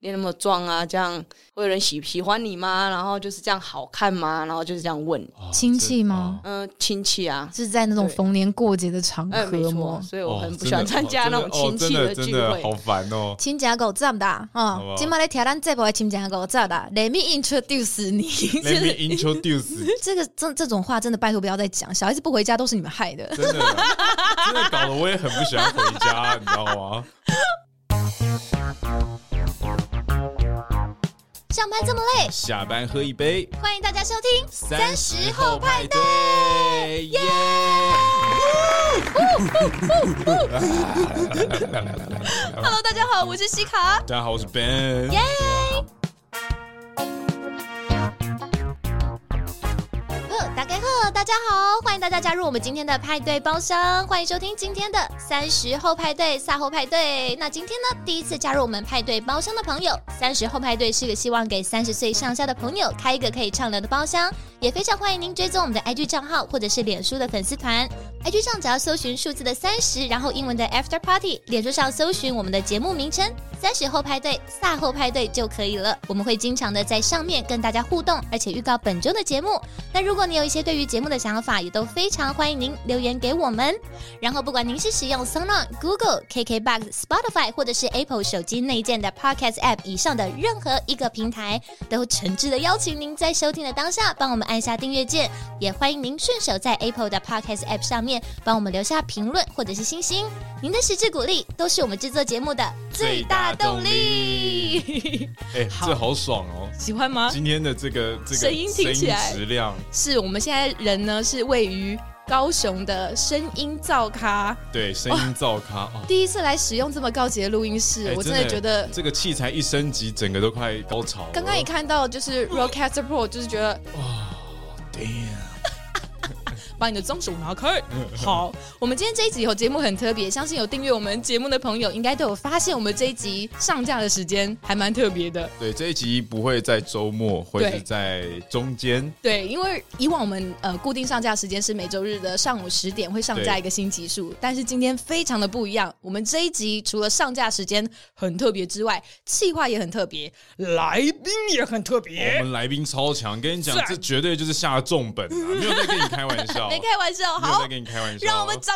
练那么壮啊，这样会有人喜喜欢你吗？然后就是这样好看吗？然后就是这样问你，哦亲戚吗？嗯、亲戚啊，是在那种对逢年过节的场哎，没合错，吗？所以这我哦很不真喜欢的参哦加那真的种亲哦戚真的的聚真的会。好烦 哦。亲家狗这样的好不啊，好今麦来挑战这波的亲家狗这样的，Let me introduce 你，就 Let me 是 introduce， 这个这这种话真的拜托不要再讲，小孩子不回家都是你们害的。真的 真的搞得我也很不想回家，你知道吗？上班这么累， 下班喝一杯，欢迎大家收听三十后派对，耶！ ，Hello，大家好，我是西卡。 大家好，我是 Ben，耶！呃打开课，大家好，欢迎大家加入我们今天的派对包厢，欢迎收听今天的三十后派对赛后派对。那今天呢，第一次加入我们派对包厢的朋友，三十后派对是个希望给三十岁上下的朋友开一个可以畅聊的包厢，也非常欢迎您追踪我们的 IG 账号或者是脸书的粉丝团。IG 上只要搜寻数字的三十，然后英文的 After Party，脸书上搜寻我们的节目名称“三十后派对”“赛后派对”就可以了。我们会经常的在上面跟大家互动，而且预告本周的节目。那如果你有一些对于节目的想法，也都非常欢迎您留言给我们。然后，不管您是使用 Sound、Google、KKBox、Spotify 或者是 Apple 手机内建的 Podcast App 以上的任何一个平台，都诚挚的邀请您在收听的当下帮我们按下订阅键，也欢迎您顺手在 Apple 的 Podcast App 上面帮我们留下评论或者是星星。您的实质鼓励都是我们制作节目的最大动力。哎，这好爽哦！ 喜欢吗？今天的这个这个声音听起来声音质量，是我们现在人呢是位于高雄的声音造咖，对声音造咖哦。第一次来使用这么高级的录音室，哎我真的觉得这个器材一升级，整个都快高潮了。刚刚一看到就是 Rodecaster Pro，就是觉得，damn，把你的棕鼠拿开。 好，我们今天这一集有节目很特别，相信有订阅我们节目的朋友应该都有发现，我们这一集上架的时间还蛮特别的。对这一集不会在周末，会对是在中间。对，因为以往我们呃固定上架时间是每周日的上午十点会上架一个新集数，但是今天非常的不一样。我们这一集除了上架时间很特别之外，企划也很特别，来宾也很特我别，们来宾超强，跟你讲赞，这绝对就是下重 本啊，没有在跟你开玩笑，没开玩笑。没有好在，跟你开玩笑。让我们掌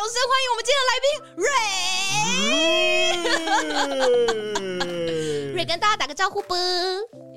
声欢迎我们今天的来宾 Ray。 瑞跟大家打个招呼吧。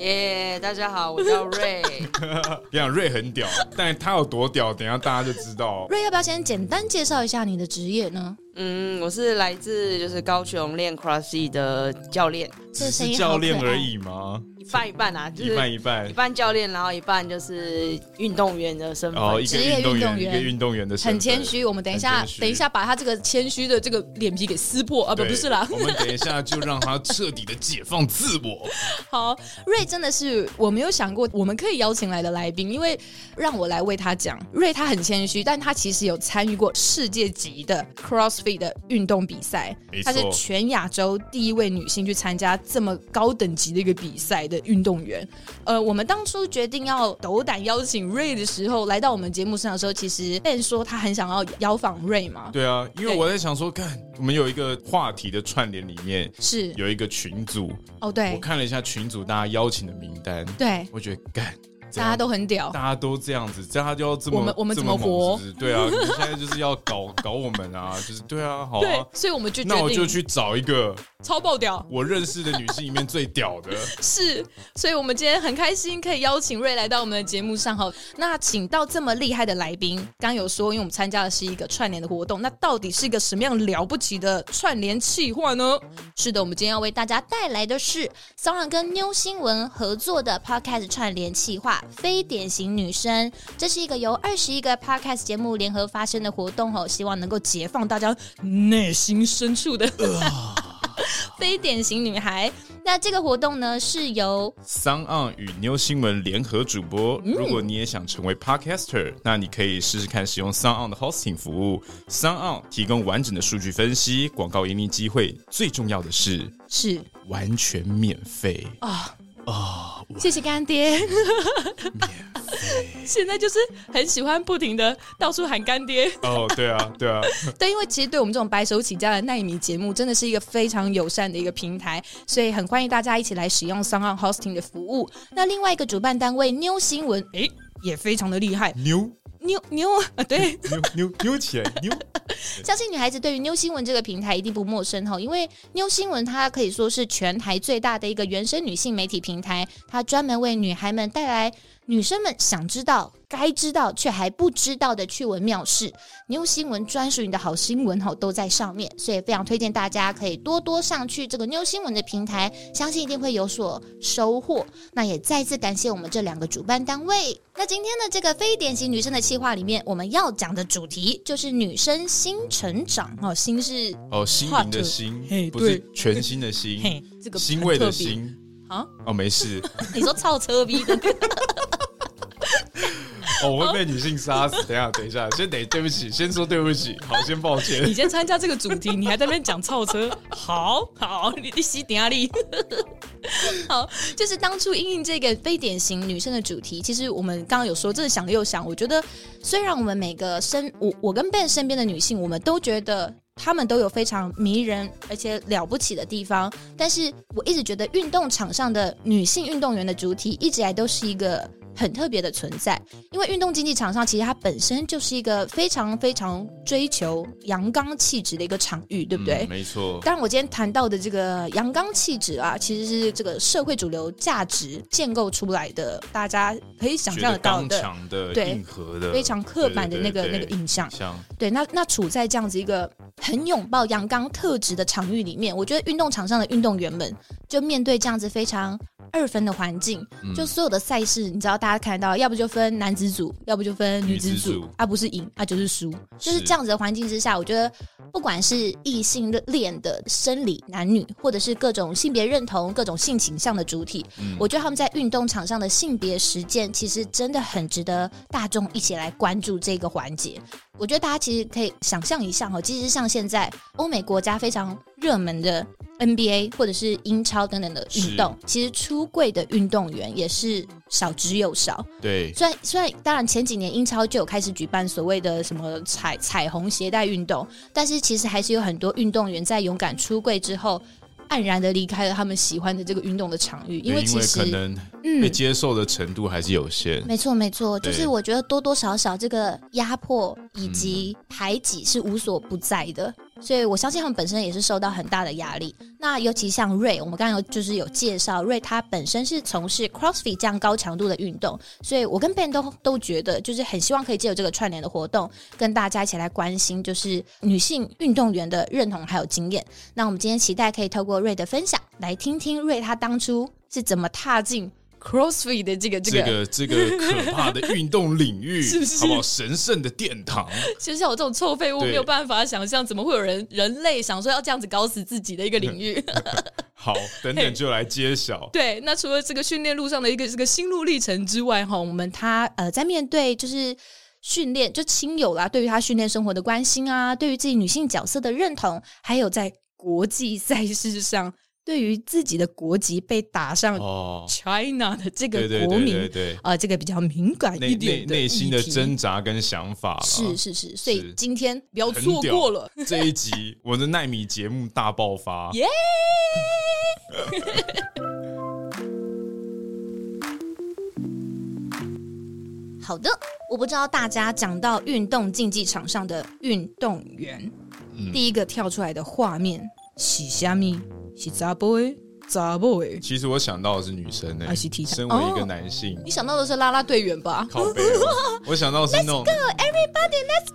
耶大家好，我叫瑞。 跟你讲瑞很屌，但他有多屌，等一下大家就知道。 瑞要不要先简单介绍一下你的职业呢？嗯，我是来自就是高雄练 crossy 的教练，这只声是音教好可爱练而已吗？一半一半啊，就是一半一半一，半教练，然后一半就是运动员的身份。哦，一个职业运动运动员，一员个运动员的身份，很谦虚，我们等一下很谦，虚等一下把他这个谦虚的这个脸皮给撕破啊！不，对。。不是啦我们等一下就让他彻底的解放自我。好，瑞真的是我没有想过我们可以邀请来的来宾，因为让我来为他讲，瑞他很谦虚，但他其实有参与过世界级的 CrossFit 的运动比赛没，错她是全亚洲第一位女性去参加这么高等级的一个比赛的运动员。呃，我们当初决定要斗胆邀请瑞的时候，来到我们节目上的时候，其实 Ben 说他很想要邀访瑞嘛，对啊，因为对我在想说，看我们有一个话题的串联里面是有一个群组，哦，我对看了一下群组大家邀请的名单，对，我觉得干，这大样家都很屌。大家都这样子，这样他就要这么我们我们这怎么猛活是不是对啊，你现在就是要搞搞我们啊，就是对啊，好对啊，，所以我们就决那我就定去找一个超爆屌，我认识的女性里面最屌的。是，所以我们今天很开心可以邀请瑞来到我们的节目上哈。那请到这么厉害的来宾，刚有说，因为我们参加的是一个串联的活动，那到底是一个什么样了不起的串联企划呢？是的，我们今天要为大家带来的是骚然跟妞新闻合作的 Podcast 串联企划《非典型女生》，这是一个由二十一个 Podcast 节目联合发生的活动哦，希望能够解放大家内心深处的非典型女孩。那这个活动呢是由 s o n On 与 New 新闻联合主播。嗯如果你也想成为 Podcaster，那你可以试试看使用 s o n On 的 Hosting 服务。s o n On 提供完整的数据分析、广告盈利机会，最重要的是是完全免费啊、啊！我谢谢干爹。免费现在就是很喜欢不停的到处喊干爹。哦，对啊，对 啊，对，因为其实对我们这种白手起家的耐米节目，真的是一个非常友善的一个平台，所以很欢迎大家一起来使用 s o n Hosting 的服务。那另外一个主办单位 New 新闻，诶，也非常的厉害。牛 New New 啊，对，牛牛牛起来 牛！相信女孩子对于妞新闻这个平台一定不陌生哦哈，因为妞新闻它可以说是全台最大的一个原生女性媒体平台，它专门为女孩们带来女生们想知道、该知道却还不知道的趣闻妙事。妞新闻专属你的好新闻哈都在上面，所以非常推荐大家可以多多上去这个妞新闻的平台，相信一定会有所收获。那也再次感谢我们这两个主办单位。那今天的这个非典型女生的企划里面，我们要讲的主题就是女生新成长哦，新是哦，新颖的新，嘿不是对全新的新嘿，，这个欣很慰的特别欣啊。哦，没 事，你说超车逼的，哦，我会被女性杀死。哦等一下，等一下，先得对不起，先说对不起，好，先抱歉你。先参加这个主题，你还在那边讲超 车，好好，你你吸点压力。好，就是当初因应这个非典型女生的主题，其实我们刚刚有说，真的想了又想，我觉得虽然我们每个身，我我跟 Ben 身边的女性，我们都觉得。她们都有非常迷人而且了不起的地方，但是我一直觉得运动场上的女性运动员的主体一直以来都是一个很特别的存在。因为运动竞技场上，其实它本身就是一个非常非常追求阳刚气质的一个场域，对不对？嗯没错。当然，我今天谈到的这个阳刚气质啊，其实是这个社会主流价值建构出来的，大家可以想觉象得得到刚的强的、对硬核的、非常刻板的那个对对那对个印象。像对，那那处在这样子一个很拥抱阳刚特质的场域里面，我觉得运动场上的运动员们就面对这样子非常二分的环境，嗯就所有的赛事，你知道大家看得到，要不就分男子组，要不就分女子女子组，组啊不是赢啊就是输，就是是这样子的环境之下，我觉得不管是异性恋的生理男女，或者是各种性别认同、各种性倾向的主体，嗯我我觉得他们在运动场上的性别实践，其实真的很值得大众一起来关注这个环节。我觉得大家其实可以想象一下哈，其实像现在欧美国家非常热门的 NBA 或者是英超等等的运动，其实出柜的运动员也是少之又少。对虽然虽然当然前几年英超就有开始举办所谓的什么彩彩虹鞋带运动，但是其实还是有很多运动员在勇敢出柜之后。黯然的离开了他们喜欢的这个运动的场域，对因为其实嗯可能被接受的程度还是有限。没错没错，就对嗯是我觉得多多少少这个压迫以及排挤是无所不在的，所以我相信他们本身也是受到很大的压力。那尤其像瑞，我们刚刚有就是有介绍，瑞他本身是从事 CrossFit 这样高强度的运动，所以我跟 Ben 都都觉得就是很希望可以借由这个串联的活动，跟大家一起来关心就是女性运动员的认同还有经验。那我们今天期待可以透过瑞的分享，来听听瑞他当初是怎么踏进 CrossFit 的这个这这个，个这个可怕 的运动领域，是不是好不好？神圣的殿堂，其实像我这种臭废物对没有办法想象，怎么会有人人类想说要这样子搞死自己的一个领 域。好，等等就来揭晓。对，那除了这个训练路上的一个这个心路历程之外，哈，我们他呃在面对就是训练就亲友啦，对于他训练生活的关心啊，对于自己女性角色的认同，还有在国际赛事上对于自己的啊国籍被打上哦， China 的这个对对国对民对对，啊、这个比较敏感内一内点的内心的议题挣扎跟想法啦是是是，所以是今天不要很错屌过了。这一集我的奈米节目大爆发。耶好的，我不知道大家讲到运动竞技场上的运动员，嗯第一个跳出来的画面是虾米？是杂 boy 杂 boy？其实我想到的是女生呢、欸啊是 T 台身为一个哦男性，你想到的是啦啦队员吧？靠背哦， 我想到的是那种，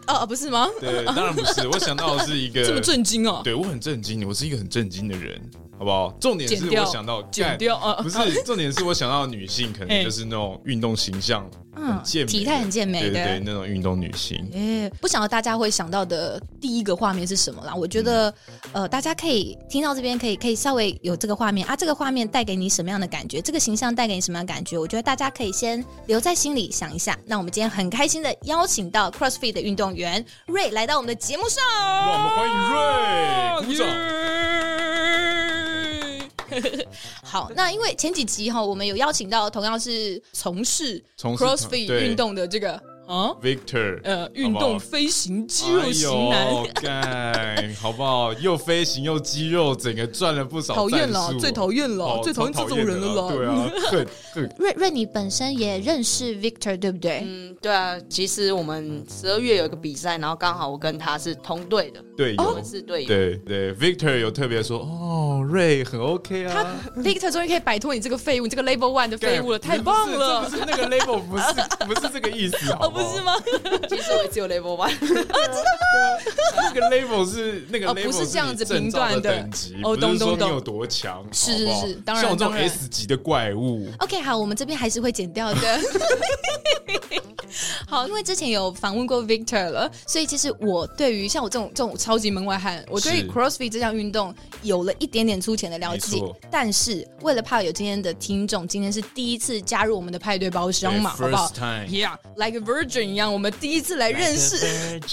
哦、啊，不是吗？对，当然不是，我想到的是一个这么震惊哦！对我很震惊，我是一个很震惊的人，好好不好？重点是剪掉我想到剪干掉啊不是重点是我想到女性，可能哎就是那种运动形象嗯很健美的，体态很健美的哎对对对，那种运动女性。诶，不想到大家会想到的第一个画面是什么啦？我觉得，呃，大家可以听到这边，可以可以稍微有这个画面啊，这个画面带给你什么样的感觉？这个形象带给你什么样的感觉？我觉得大家可以先留在心里想一下。那我们今天很开心的邀请到 CrossFit 的运动员瑞来到我们的节目上，让我们哦欢迎瑞，鼓掌。 好，那因为前几集哈、我们有邀请到同样是从事从事 CrossFit 对运动的这个啊 Victor，呃好运不好动飞行肌肉型男。哎呦，干，好不好？又飞行又肌肉，整个赚了不少讨厌了啦，，最讨厌啦，哦最讨厌这种人了超讨啦。厌 的啦对啊，很很瑞瑞，你本身也认识 Victor 对不对？嗯，对啊，其实我们十二月有一个比赛，然后刚好我跟他是同队的，对我哦有们。是队友。哦对对，Victor 有特别说哦，瑞很 OK 他啊， Victor 终于可以摆脱你这个废物，你这个 Level One 的废物了，干太啊棒不是这了！不是那个 level，不 是不是这个意思，好哦，不不好是？吗？其实我也只有 level one，那个 level 是那个哦 level 不是这样子你证评照断的等级，哦不懂是说懂懂你有多强，是好不好是是当然像我这种当然哦 S 级的怪物， OK，好，我们这边还是会剪掉的。 好，因为之前有访问过 Victor 了，所以其实我对于像我这种这种超级门外汉，我对于是 CrossFit 这项运动有了一点点粗浅的了解没错。但是为了怕有今天的听众，今天是第一次加入我们的派对包厢嘛，好对不好 first time ？Yeah，like a virgin 一样，我们第一次来认识。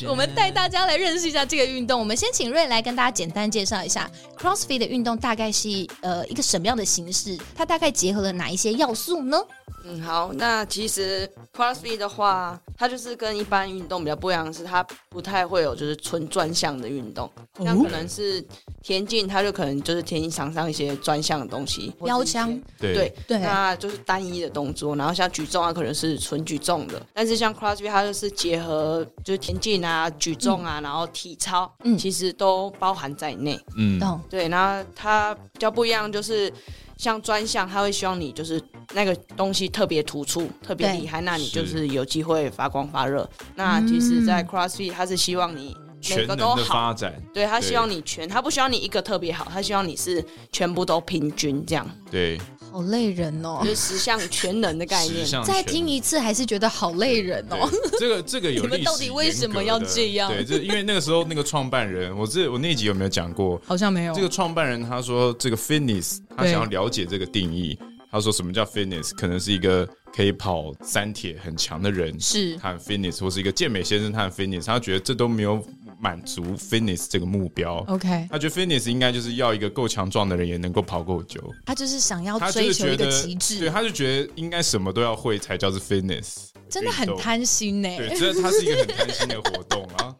我们带大家来认识一下这个运动。我们先请瑞来跟大家简单介绍一下 CrossFit 的运动大概是呃一个什么样的形式，它大概结合了哪一些要素呢？嗯，好，那其实 CrossFit 的话，它就是跟一般运动比较不一样，是它不太会有就是纯专项的运动，哦那可能是田径，它就可能就是田径场上一些专项的东西，或是一些标枪对对，对那就是单一的动作。然后像举重啊，可能是纯举重的，但是像 CrossFit 它就是结合就是田径啊、举重啊，然后体操，嗯其实都包含在内。嗯懂对，那它比较不一样就是。像专项，它会希望你就是那个东西特别突出、特别对厉害，那你是就是有机会发光发热。那其实，在 CrossFit，它是希望你每全个能都的好，发展，对，它希对望你全，它不希望你一个特别好，它希望你是全部都平均这样。对，好累人哦就！是十项全能的概念十。项再全听一次还是觉得好累人哦。对这个这个有 你们历到史底为严什么格要的这样对，这因为那个时候那个创办人，我这我那集有没有讲过？ 好像没有这个创办人他说，这个 fitness 他对想要了解这个定义。他说什么叫 fitness？可能是一个可以跑三铁很强的人，是他很 fitness，或是一个健美先生他很 fitness，他觉得这都没有满足 fitness 这个目标。 OK，他觉得 fitness 应该就是要一个够强壮的人也能够跑够久。他就是想要他就哦追是求觉一个得极，对，致，他就觉得应该什么都要会才叫做 fitness。真的很运动贪欸心呢。对，这它是一个很贪心的活动 啊。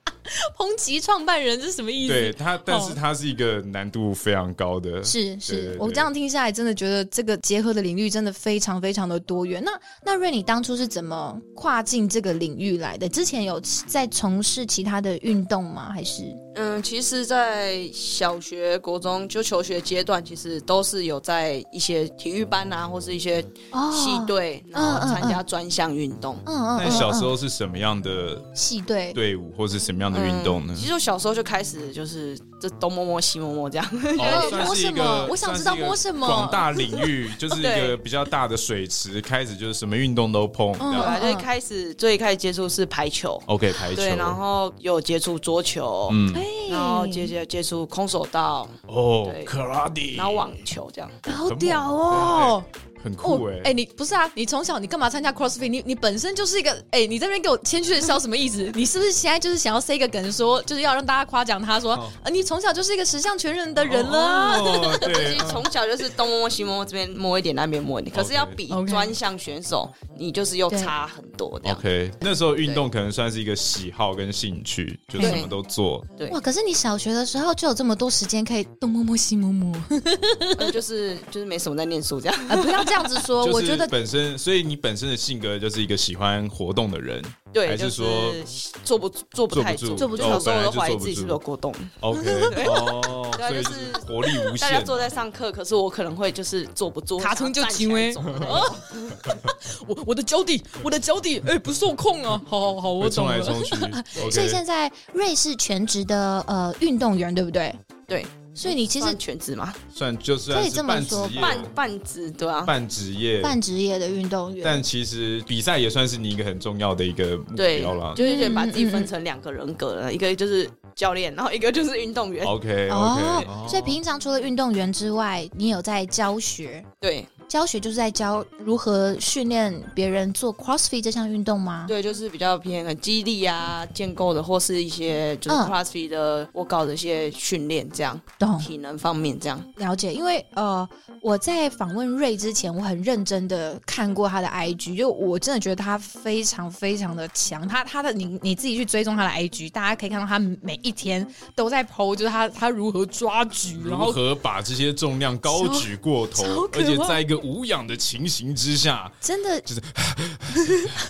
抨击创办人这是什么意思？对它，但哦是它是一个难度非常高的。是对是对，我对这样听下来，真的觉得这个结合的领域真的非常非常的多元。那那瑞，你当初是怎么跨进这个领域来的？之前有在从事其他的运动吗？还是嗯，其实，在小学、国中就求学阶段，其实都是有在一些体育班啊，或是一些哦系，队，然后参加专项运动。嗯嗯那你小时候是什么样的系队队伍，或是什么样的嗯运动呢其？实我小时候就开始就是这东摸摸西摸摸这样， 哦摸算是一什么个，我算想知是道一个摸什么广大领域 就是一个对比较大的水池，开始就是什么运动都碰。这对样啊，嗯就一开始最一开始接触是排球， OK，排哦球对，，然后有接触桌球，嗯，然后接接接触空手道，哦对，karate，然后网球这样。好屌哦！很酷哦，哎，哎。你不是啊？你从小你干嘛参加 CrossFit？你你本身就是一个，哎，你这边给我谦虚的笑什么意思？你是不是现在就是想要塞一个梗，说就是要让大家夸奖他，说哦呃你从小就是一个十项全能的人了啊？ 哦，对其，实从小就是东摸摸西摸摸，这边摸一点，那边摸一点。可是要比 OK 专项选手，你就是又差很多这样。嗯 OK，那时候运动可能算是一个喜好跟兴趣，就对什么都做。对哇！，可是你小学的时候就有这么多时间可以东摸摸西摸摸呃 就是就是没什么在念书这样。 啊！不要这样子说，就我是觉得本身，所以你本身的性格就是一个喜欢活动的人。对，还是就说坐不坐不太坐不住，住坐不住有时候本我来就都怀疑坐不自己是不是住有过动。 OK，哦，对啊所以就就是是活力无大家限。坐在上课，可是我可能会就是坐不住，卡通就急紧哎， 我我的脚底，我的脚底，哎、不受控啊！好好好，会我冲懂来了。 冲去。所以 OK，现在瑞是全职的呃运动员，对不对？对，所以你其实算全职嘛，算就算可以是这么半职说业，半半职对啊，半职业，半职业的运动员，但其实比赛也算是你一个很重要的一个目对标啦，。就是有点把自己分成两个人格了，一个就是教练，然后一个就是运动员。 OK 哦 OK，、所以平常除了运动员之外，你有在教学？对教学就是在教如何训练别人做 CrossFit 这项运动吗？对，就是比较偏很激励啊、建构的，或是一些就是嗯 CrossFit 的 workout 的一些训练，这样懂体能方面这样。了解，因为呃，我在访问瑞之前，我很认真的看过他的 IG，就我真的觉得他非常非常的强。他他的你你自己去追踪他的 IG，大家可以看到他每一天都在 PO，就是他他如何抓举，然如后何把这些重量高举过头超，可而怕且在一个无氧的情形之下，真的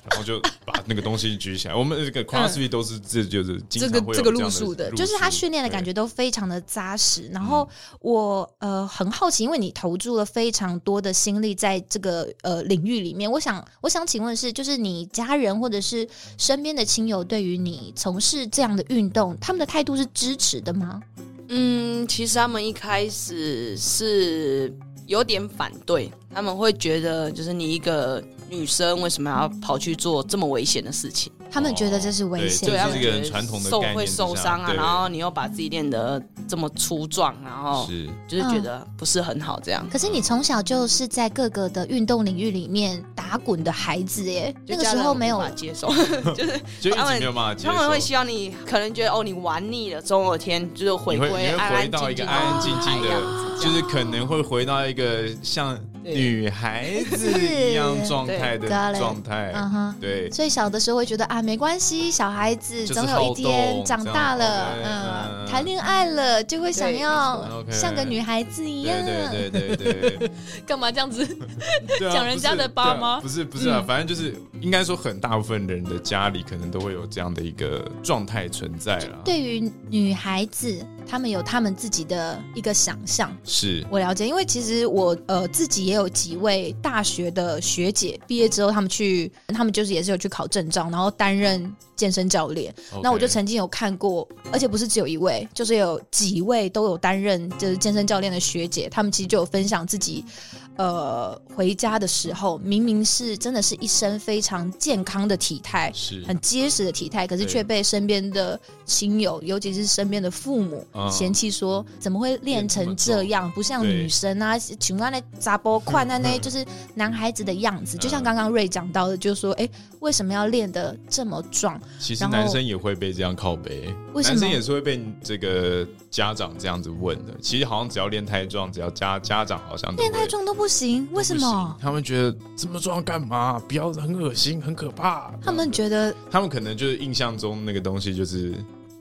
然后就把那个东西举起来。我们嗯这个 CrossFit 都是这就是经这常个会有这个样路数的的路就是他数训练的感觉都非常的扎实。然后我呃很好奇，因为你投注了非常多的心力在这个呃领域里面，我想我想请问的是，就是你家人或者是身边的亲友对于你从事这样的运动，他们的态度是支持的吗？嗯，其实他们一开始是有点反对，他们会觉得就是你一个女生为什么要跑去做这么危险的事情？他们觉得这是危险对的，他这们是一觉个得很传统的受概念会之受下伤啊，对然后你又把自己练得这么粗壮，然后是就是觉得不是很好这样。可是你从小就是在各个的运动领域里面打滚的孩子耶，那就个家时人候没无有法接受，就是就一他直们没有办法接受。 他们会希望你可能觉得哦，你玩腻了，总有一天就是回你会归你会安回安到一静哦静个安安静哦静的的样子，这样就是可能会回到一个像女孩子一样状态的对 got it 状态。嗯哼。对，所以小的时候会觉得啊，没关系，小孩子就是总有一好天动长大了，这样对嗯嗯，谈恋爱了就会想对没错要 OK 像个女孩子一样。对对对对对，干嘛这 样子？对啊讲人家的爸妈不是对啊不是不是嗯啊，反正就是应该说，很大部分人的家里可能都会有这样的一个状态存在啦。对于女孩子，她们有她们自己的一个想象。是我了解，因为其实我呃自己也有几位大学的学姐，毕业之后她们去，她们就是也是有去考证照，然后担任健身教练。那我就 OK 曾经有看过，而且不是只有一位，就是有几位都有担任就是健身教练的学姐，她们其实就有分享自己，呃，回家的时候明明是真的是一身非常健康的体态，是很结实的体态，可是对却被身边的亲友，尤其是身边的父母、嗯嫌弃说，怎么会练成这样，不像对嗯女生啊？请问那杂波快啊那那就是男孩子的样子，就像刚刚瑞讲到的，就说，哎、为什么要练得这么壮？其实然后男生也会被这样靠背，为什男么生也是会被这个家长这样子问的。其实好像只要练太壮，只要家家长好像都练太会壮都不行，为什不行么？他们觉得这么壮干嘛？不要很恶心，很可怕。他们觉得他们可能就是印象中那个东西就是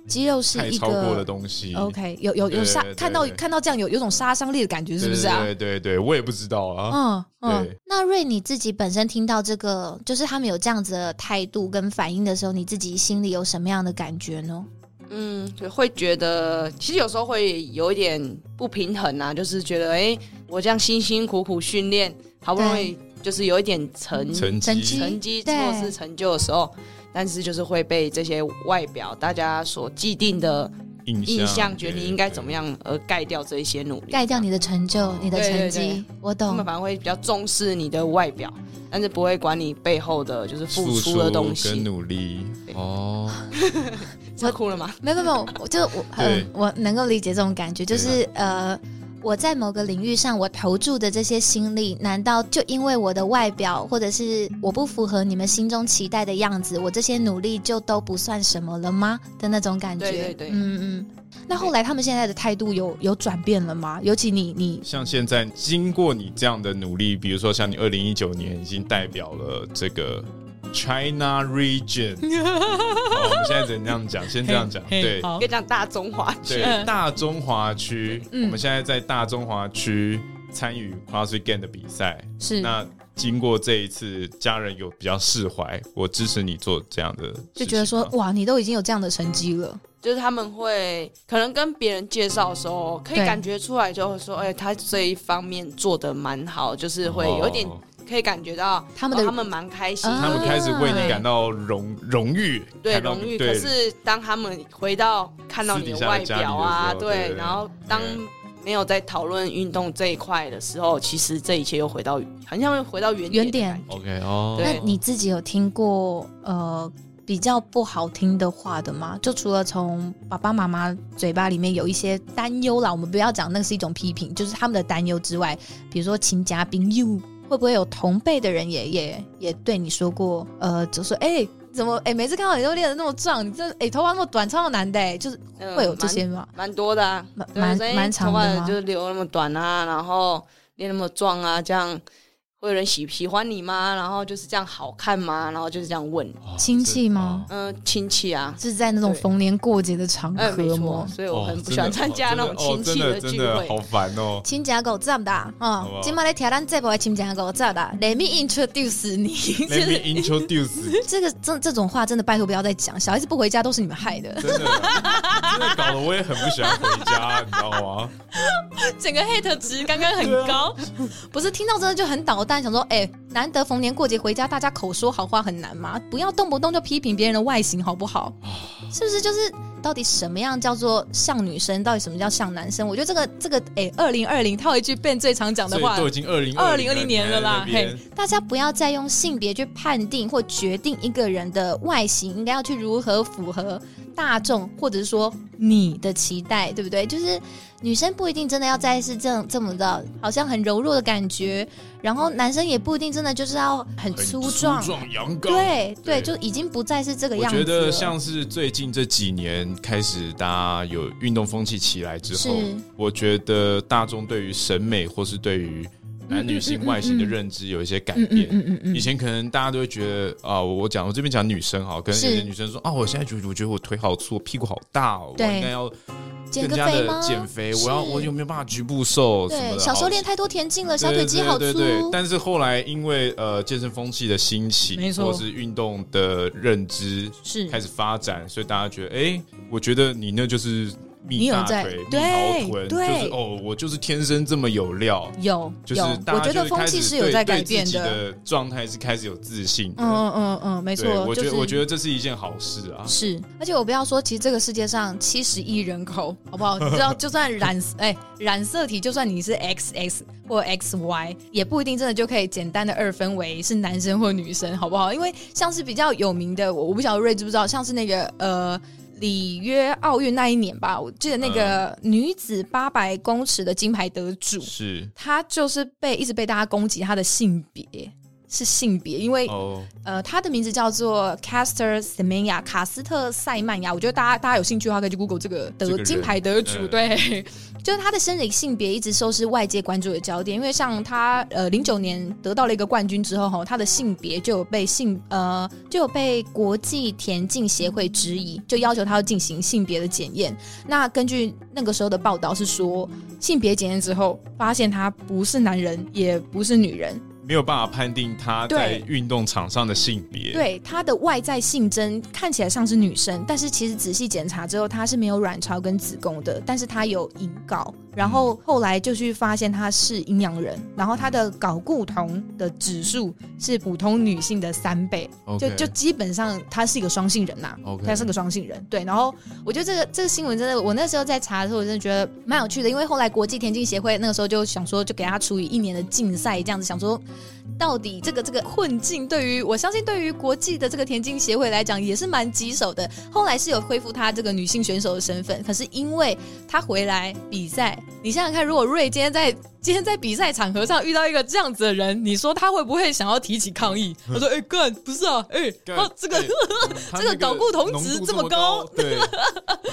肌肉是太一超过的个东西。 OK，有有有对杀对，看到对看到这样有有种杀伤力的感觉，对是不是啊？对对对对，我也不知道啊。嗯嗯对。那瑞你自己本身听到这个，就是他们有这样子的态度跟反应的时候，你自己心里有什么样的感觉呢？嗯，就会觉得其实有时候会有一点不平衡啊，就是觉得哎、诶我这样辛辛苦苦训练，好不容易就是有一点成成成绩绩成绩对做事成就的时候，但是就是会被这些外表大家所既定的印象印象，觉得你应该怎么样？样，而盖掉这一些努力，盖掉你的成就，你的对成对绩，对我他懂们。反而会比较重视你的外表，但是不会管你背后的就是付付出的东跟西。努力对哦，我哭了吗？没有没有没有，我就是我，对嗯，我能够理解这种感觉，啊就是呃，我在某个领域上我投注的这些心力，难道就因为我的外表或者是我不符合你们心中期待的样子，我这些努力就都不算什么了吗的那种感觉？对对对嗯嗯。那后来他们现在的态度有有转变了吗？尤其你你像现在经过你这样的努力，比如说像你二零一九年已经代表了这个 China region，好我们现在只能这样讲，先这样讲，嘿对好跟讲大中华区，对，大中华区，嗯我们现在在大中华区参与 CrossFit Game 的比赛，嗯是那。经过这一次，家人有比较释怀，我支持你做这样的事情吗，就觉得说，哇，你都已经有这样的成绩了，就是他们会可能跟别人介绍的时候，可以对感觉出来，就会说，哎、他这一方面做的蛮好，就是会有点哦可以感觉到他们的哦他们蛮开心的，啊他们开始为你对感到荣荣誉，嗯对看到荣你誉。对可是当他们回到看到你私底的下外在家里表的啊，时候对嗯对，然后当对没有在讨论运动这一块的时候，其实这一切又回到很像又回到原点原的点感觉。 OK 哦，对那你自己有听过呃比较不好听的话的吗？就除了从爸爸妈妈嘴巴里面有一些担忧啦，我们不要讲那是一种批评，就是他们的担忧之外，比如说亲家宾友会不会有同辈的人也也也对你说过，呃，就说哎、怎么哎、每次看到你都练得那么壮，你这哎、头发那么短，超难的、哎就是嗯会有这些吗？蛮多的啊，蛮对蛮所以蛮头长发的吗？就是留那么短啊，然后练那么壮啊，这样会有人喜喜欢你吗？然后就是这样好看吗？然后就是这样问，哦亲戚吗？这哦嗯、亲戚啊，是在那种对逢年过节的场哎、没合错吗，？所以我哦很不真喜欢的参加哦那真种亲戚的哦真聚的真会的。好 烦哦。亲家狗站的，不嗯好，今麦来挑战这部的亲家狗站的，Let 啊 me introduce 你，就 Let 是 me introduce， 这个这这种话真的拜托不要再讲，小孩子不回家都是你们 害的，真的真的搞得我也很不喜欢回家，你知道吗？整个 hate 值刚刚很 高，啊不是听到真的就很捣蛋，想说，哎、难得逢年过节回家，大家口说好话很难吗？不要动不动就批评别人的外形好不好？啊是不是就是到底什么样叫做像女生，到底什么叫像男生？我觉得这个这个，哎、2二零二零套一句 Ben 最常讲的所以话都，已经二零2020年了啦嘿大家不要再用性嗯别去判定或决定一个人的外形，应该要去如何符合大众或者是说嗯你的期待，对不对？就是女生不一定真的要再是这样这么的，好像很柔弱的感觉，然后男生也不一定真的就是要很粗壮，壮阳刚。对对对，就已经不再是这个我样子觉了。得像是最近这几年开始，大家有运动风气起来之后是，我觉得大众对于审美或是对于嗯男女性外形的认知有一些改变。嗯嗯以前可能大家都会觉得啊，我我讲我这边讲女生哈，可能有些女生说啊，我现在觉得我觉得我腿好粗，我屁股好大哦，我对应该要减更个加肥的吗？减肥，我要是我有没有办法局部瘦什么对，的。小时候好练太多田径了，小腿肌好粗。对对对对但是后来因为呃健身风气的兴起，没错或是运动的认知是开始发展，所以大家觉得，哎、我觉得你那就是你蜜有大在腿、蜜对桃臀，对就是哦，我就是天生这么有料。有就是有大家我觉得就开风气始是有对在对改自变己的的状态是开始有自信的。嗯嗯嗯，没对，错，我觉就得是我 觉得这是一件好事啊。是，而且我不要说，其实这个世界上七十亿人口，好不好？你知道，就算染哎、染色体，就算你是 X X 或 X Y，也不一定真的就可以简单的二分为是男生或女生，好不好？因为像是比较有名的，我我不晓得瑞知不知道，像是那个呃。里约奥运那一年吧，我记得那嗯个呃女子八百公尺的金牌得主，是她就是被一直被大家攻击她的性别是性别，因为哦，呃，他的名字叫做 Caster Semenya 卡斯特塞曼亚。我觉得大家大家有兴趣的话，可以去 Google 这个这个得人金牌得主。嗯对，就是他的生理性别一直都是外界关注的焦点，因为像他呃零九年得到了一个冠军之后，吼，他的性别就有被性呃就有被国际田径协会质疑，就要求他要进行性别的检验。那根据那个时候的报道是说，性别检验之后发现他不是男人，也不是女人，没有办法判定他在对运动场上的性别。，对，她的外在性征看起来像是女生，但是其实仔细检查之后，她是没有卵巢跟子宫的，但是她有隐睾。然后后来就去发现她是阴阳人，然后她的睾固酮的指数是普通女性的三倍 OK 就就基本上她是一个双性人呐、 OK 她是个双性人。对，然后我觉得这个这个新闻真的，我那时候在查的时候，我真的觉得蛮有趣的，因为后来国际田径协会那个时候就想说，就给她处以一年的禁赛，这样子想说到底这个这个困境，对于我相信对于国际的这个田径协会来讲也是蛮棘手的。后来是有恢复她这个女性选手的身份，可是因为她回来比赛，你想想看，如果瑞今天在今天在比赛场合上遇到一个这样子的人，你说他会不会想要提起抗议？他说：“哎、干，不是啊，哎、干哦，这个、 哎他这个那睾固酮浓值度这这么么 高，对，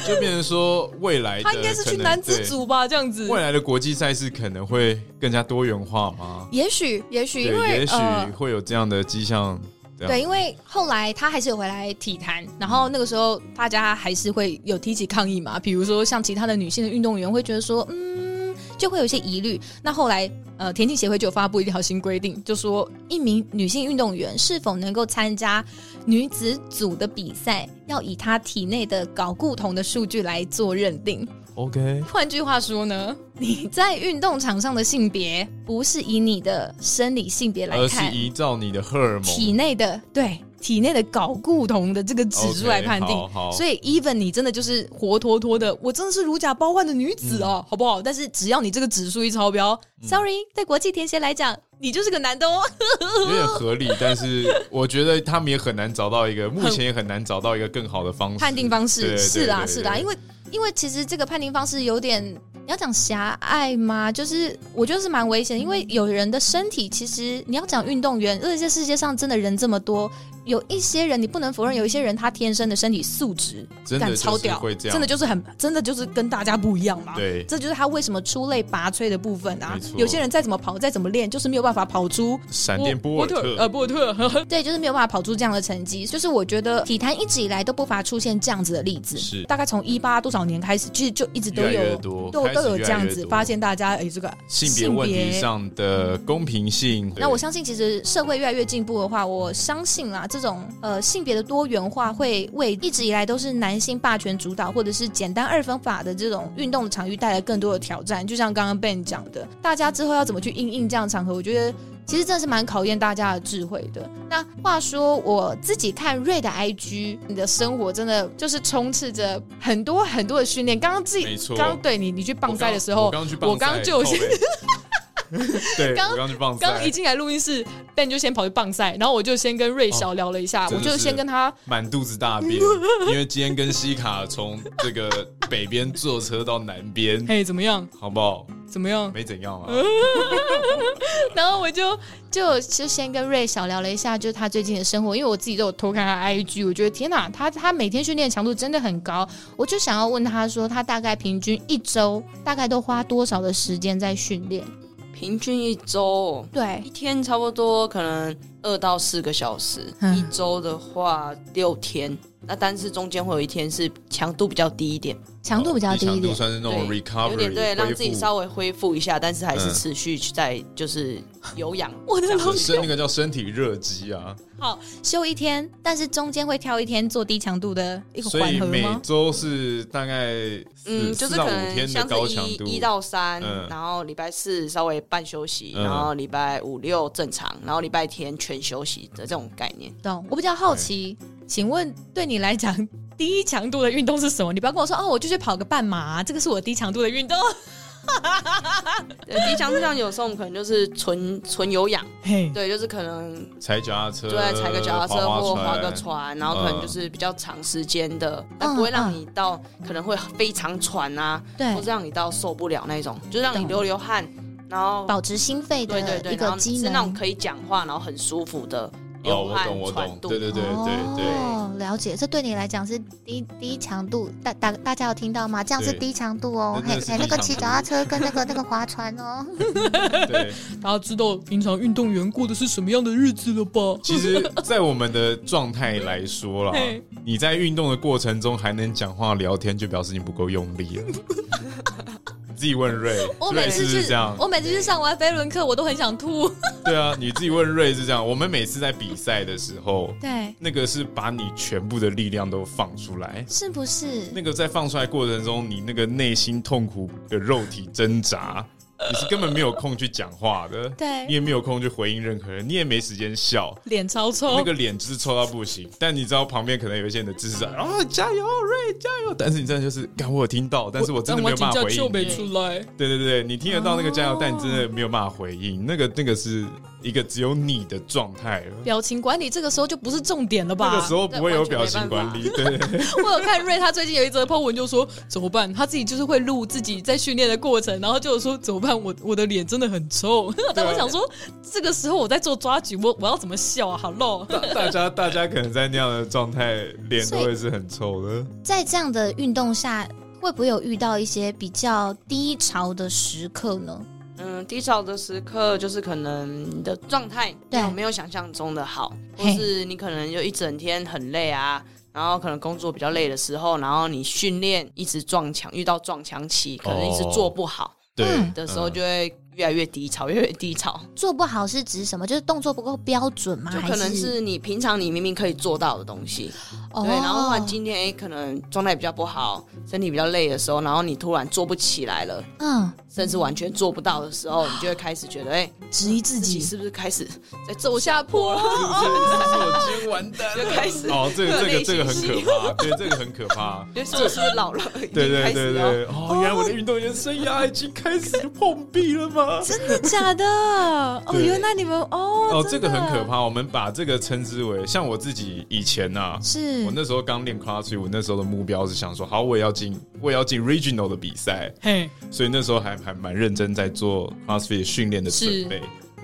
就变成说未来他应该是的去可能男子对组吧，这样子。”未来的国际赛事可能会更加多元化吗？也许，也许，对，因为也许呃会有这样的迹象。这样对，因为后来他还是有回来体坛，然后那个时候大家还是会有提起抗议嘛，比如说像其他的女性的运动员会觉得说，嗯，就会有一些疑虑。那后来呃，田径协会就有发布一条新规定，就说一名女性运动员是否能够参加女子组的比赛，要以她体内的睾固酮的数据来做认定。 OK，换句话说呢，你在运动场上的性别不是以你的生理性别来而是看，依照你的荷尔蒙体内的对体内的睾固酮的这个指数来判定。 OK，好好所以，even 你真的就是活脱脱的，我真的是如假包换的女子哦，好不好？但是只要你这个指数一超标、s 嗯 o r r y 对国际田协来讲，你就是个男的哦。有点合理，但是我觉得他们也很难找到一 个，目前也很难找到一个更好的方式判定方式对是啦对对是啦，对因为因为其实这个判定方式有点你要讲狭隘吗？就是我觉得是蛮危险，因为有人的身体其实你要讲运动员，而且这世界上真的人这么多，有一些人你不能否认，有一些人他天生的身体素质真的感超就是屌会，这样，真的就是很真的就是跟大家不一样嘛。对这就是他为什么出类拔萃的部分啊没。错有些人再怎么跑，再怎么练，就是没有办法跑出闪电波尔特呃，波尔特，呵呵对，就是没有办法跑出这样的成绩。就是我觉得体坛一直以来都不乏出现这样子的例子，是大概从一八多少年开始，其实就一直都有越来越多都开始都有越这来样越子多发现大家哎这个性别问题别上的公平性。对那我相信，其实社会越来越进步的话，我相信啦，这种呃性别的多元化会为一直以来都是男性霸权主导，或者是简单二分法的这种运动的场域带来更多的挑战。就像刚刚 Ben 讲的，大家之后要怎么去应应这样的场合，我觉得。其实真的是蛮考验大家的智慧的。那话说，我自己看瑞的 IG，你的生活真的就是充斥着很多很多的训练。刚刚自己没错，刚刚对你，你去棒赛的时候我，刚去我刚就去去， 对，刚我刚去棒赛， 刚一进来录音室，Ben 就先跑去棒赛，然后我就先跟瑞小聊了一下，哦我真的就是先跟他满肚子大便，因为今天跟西卡从这个北边坐车到南边，嘿怎么样好不好？怎么样，没怎样嗯啊，然后我就就就先跟瑞小聊了一下，就是他最近的生活，因为我自己都有偷看他 IG，我觉得天哪，他他每天训练强度真的很高，我就想要问他说，他大概平均一周大概都花多少的时间在训练？平均一周对一，天差不多可能二到四个小时，嗯一周的话六天。那但是中间会有一天是强度比较低一点，强度哦比较低一强度点。算是那种对 recovery，有点对，让自己稍微恢复一下，但是还嗯是持续在就是有 氧。我的老微身那个叫身体热机 啊，休一天，但是中间会挑一天做低强度的一个所缓以和每吗？周是大概嗯，四就是四到可五能天的像高是强一度，一到三嗯，然后礼拜四稍微半休息，嗯然后礼拜五六正常，然后礼拜天全休息的这种概念。懂。我比较好奇，请问对你来讲，低强度的运动是什么？你不要跟我说哦，我就去跑个半马，啊这个是我低强度的运动。 对，低强度像有时候我们可能就是纯纯有氧，嘿，对，就是可能踩脚踏车，就在踩个脚踏车划或划船嗯个船，然后可能就是比较长时间的，但不会让你到可能会非常喘啊，对哎或是让你到受不了那种，就是让你流流汗，然后保持心肺对对的对，一然个后机是能。那种可以讲话，然后很舒服的哦，流我汗懂，我喘懂，度。对对对对对，哦，了解，这对你来讲是低低强度，大大大家有听到吗？这样是对低强度哦，真嘿的是嘿，那低个强骑度脚踏车 跟那个那个划船哦。对， 大家知道平常运动员过的是什么样的日子了吧？其实，在我们的状态来说啦嘿，你在运动的过程中还能讲话聊天，就表示你不够用力了。你自己问瑞，我每瑞次是不是去这样，？我每次去上完飞轮课，我都很想吐。对啊，你自己问瑞是这样。我们每次在比赛的时候，对，那个是把你全部的力量都放出来。是不是？那个在放出来过程中，你那个内心痛苦的肉体挣扎，你是根本没有空去讲话的，对你也没有空去回应任何人，你也没时间笑，脸超 那臭。个脸就是臭到不行。但你知道旁边可能有一些人的支持者，嗯啊，加油瑞加油！但是你真的就是，刚我有听到，但是我真的没有办法回应。来。对对对，你听得到那个加油，但你真的没有办法回应。那个那个是一个只有你的状态了。啊表情管理这个时候就不是重点了吧？那个时候不会有表情管理，对对对，我有看瑞，他最近有一则 po 文，就说怎么办？他自己就是会录自己在训练的过程，然后就有说怎么办？我我的脸真的很臭。但我想说，这个时候我在做抓举，我我要怎么笑啊？Hello，大家大家可能在那样的状态，脸都会是很臭的。在这样的运动下，会不会有遇到一些比较低潮的时刻呢？嗯，低潮的时刻就是可能你的状态对有没有想象中的好，或嘿是你可能就一整天很累啊，然后可能工作比较累的时候，然后你训练一直撞墙，遇到撞墙期，可能一直哦嗯做不好对的时候，就会越来越低潮，越来越低潮。做不好是指什么？就是动作不够标准吗？就还可能是是你平常你明明可以做到的东西，哦对，然后的话，今天诶可能状态比较不好，身体比较累的时候，然后你突然做不起来了，嗯，甚至完全做不到的时候，你就会开始觉得，哎、质疑自自己己，是不是开始在走下坡了？我今天完 蛋就了。开始哦，这个这热个泪这个很盈可眶怕，对，这个很可怕。就是我是不是老了？已经对对开对始要对，哦，原来我的运动员生涯已经开始碰壁了吗？真的假的？哦，对原来你们哦，哦，真这个的很可怕。我们把这个称之为，像我自己以前呐、是我那时候刚练 CrossFit，我那时候的目标是想说，好，我也要进，我也要进 Regional 的比赛。嘿，所以那时候还还蛮认真在做 CrossFit 训练的准备。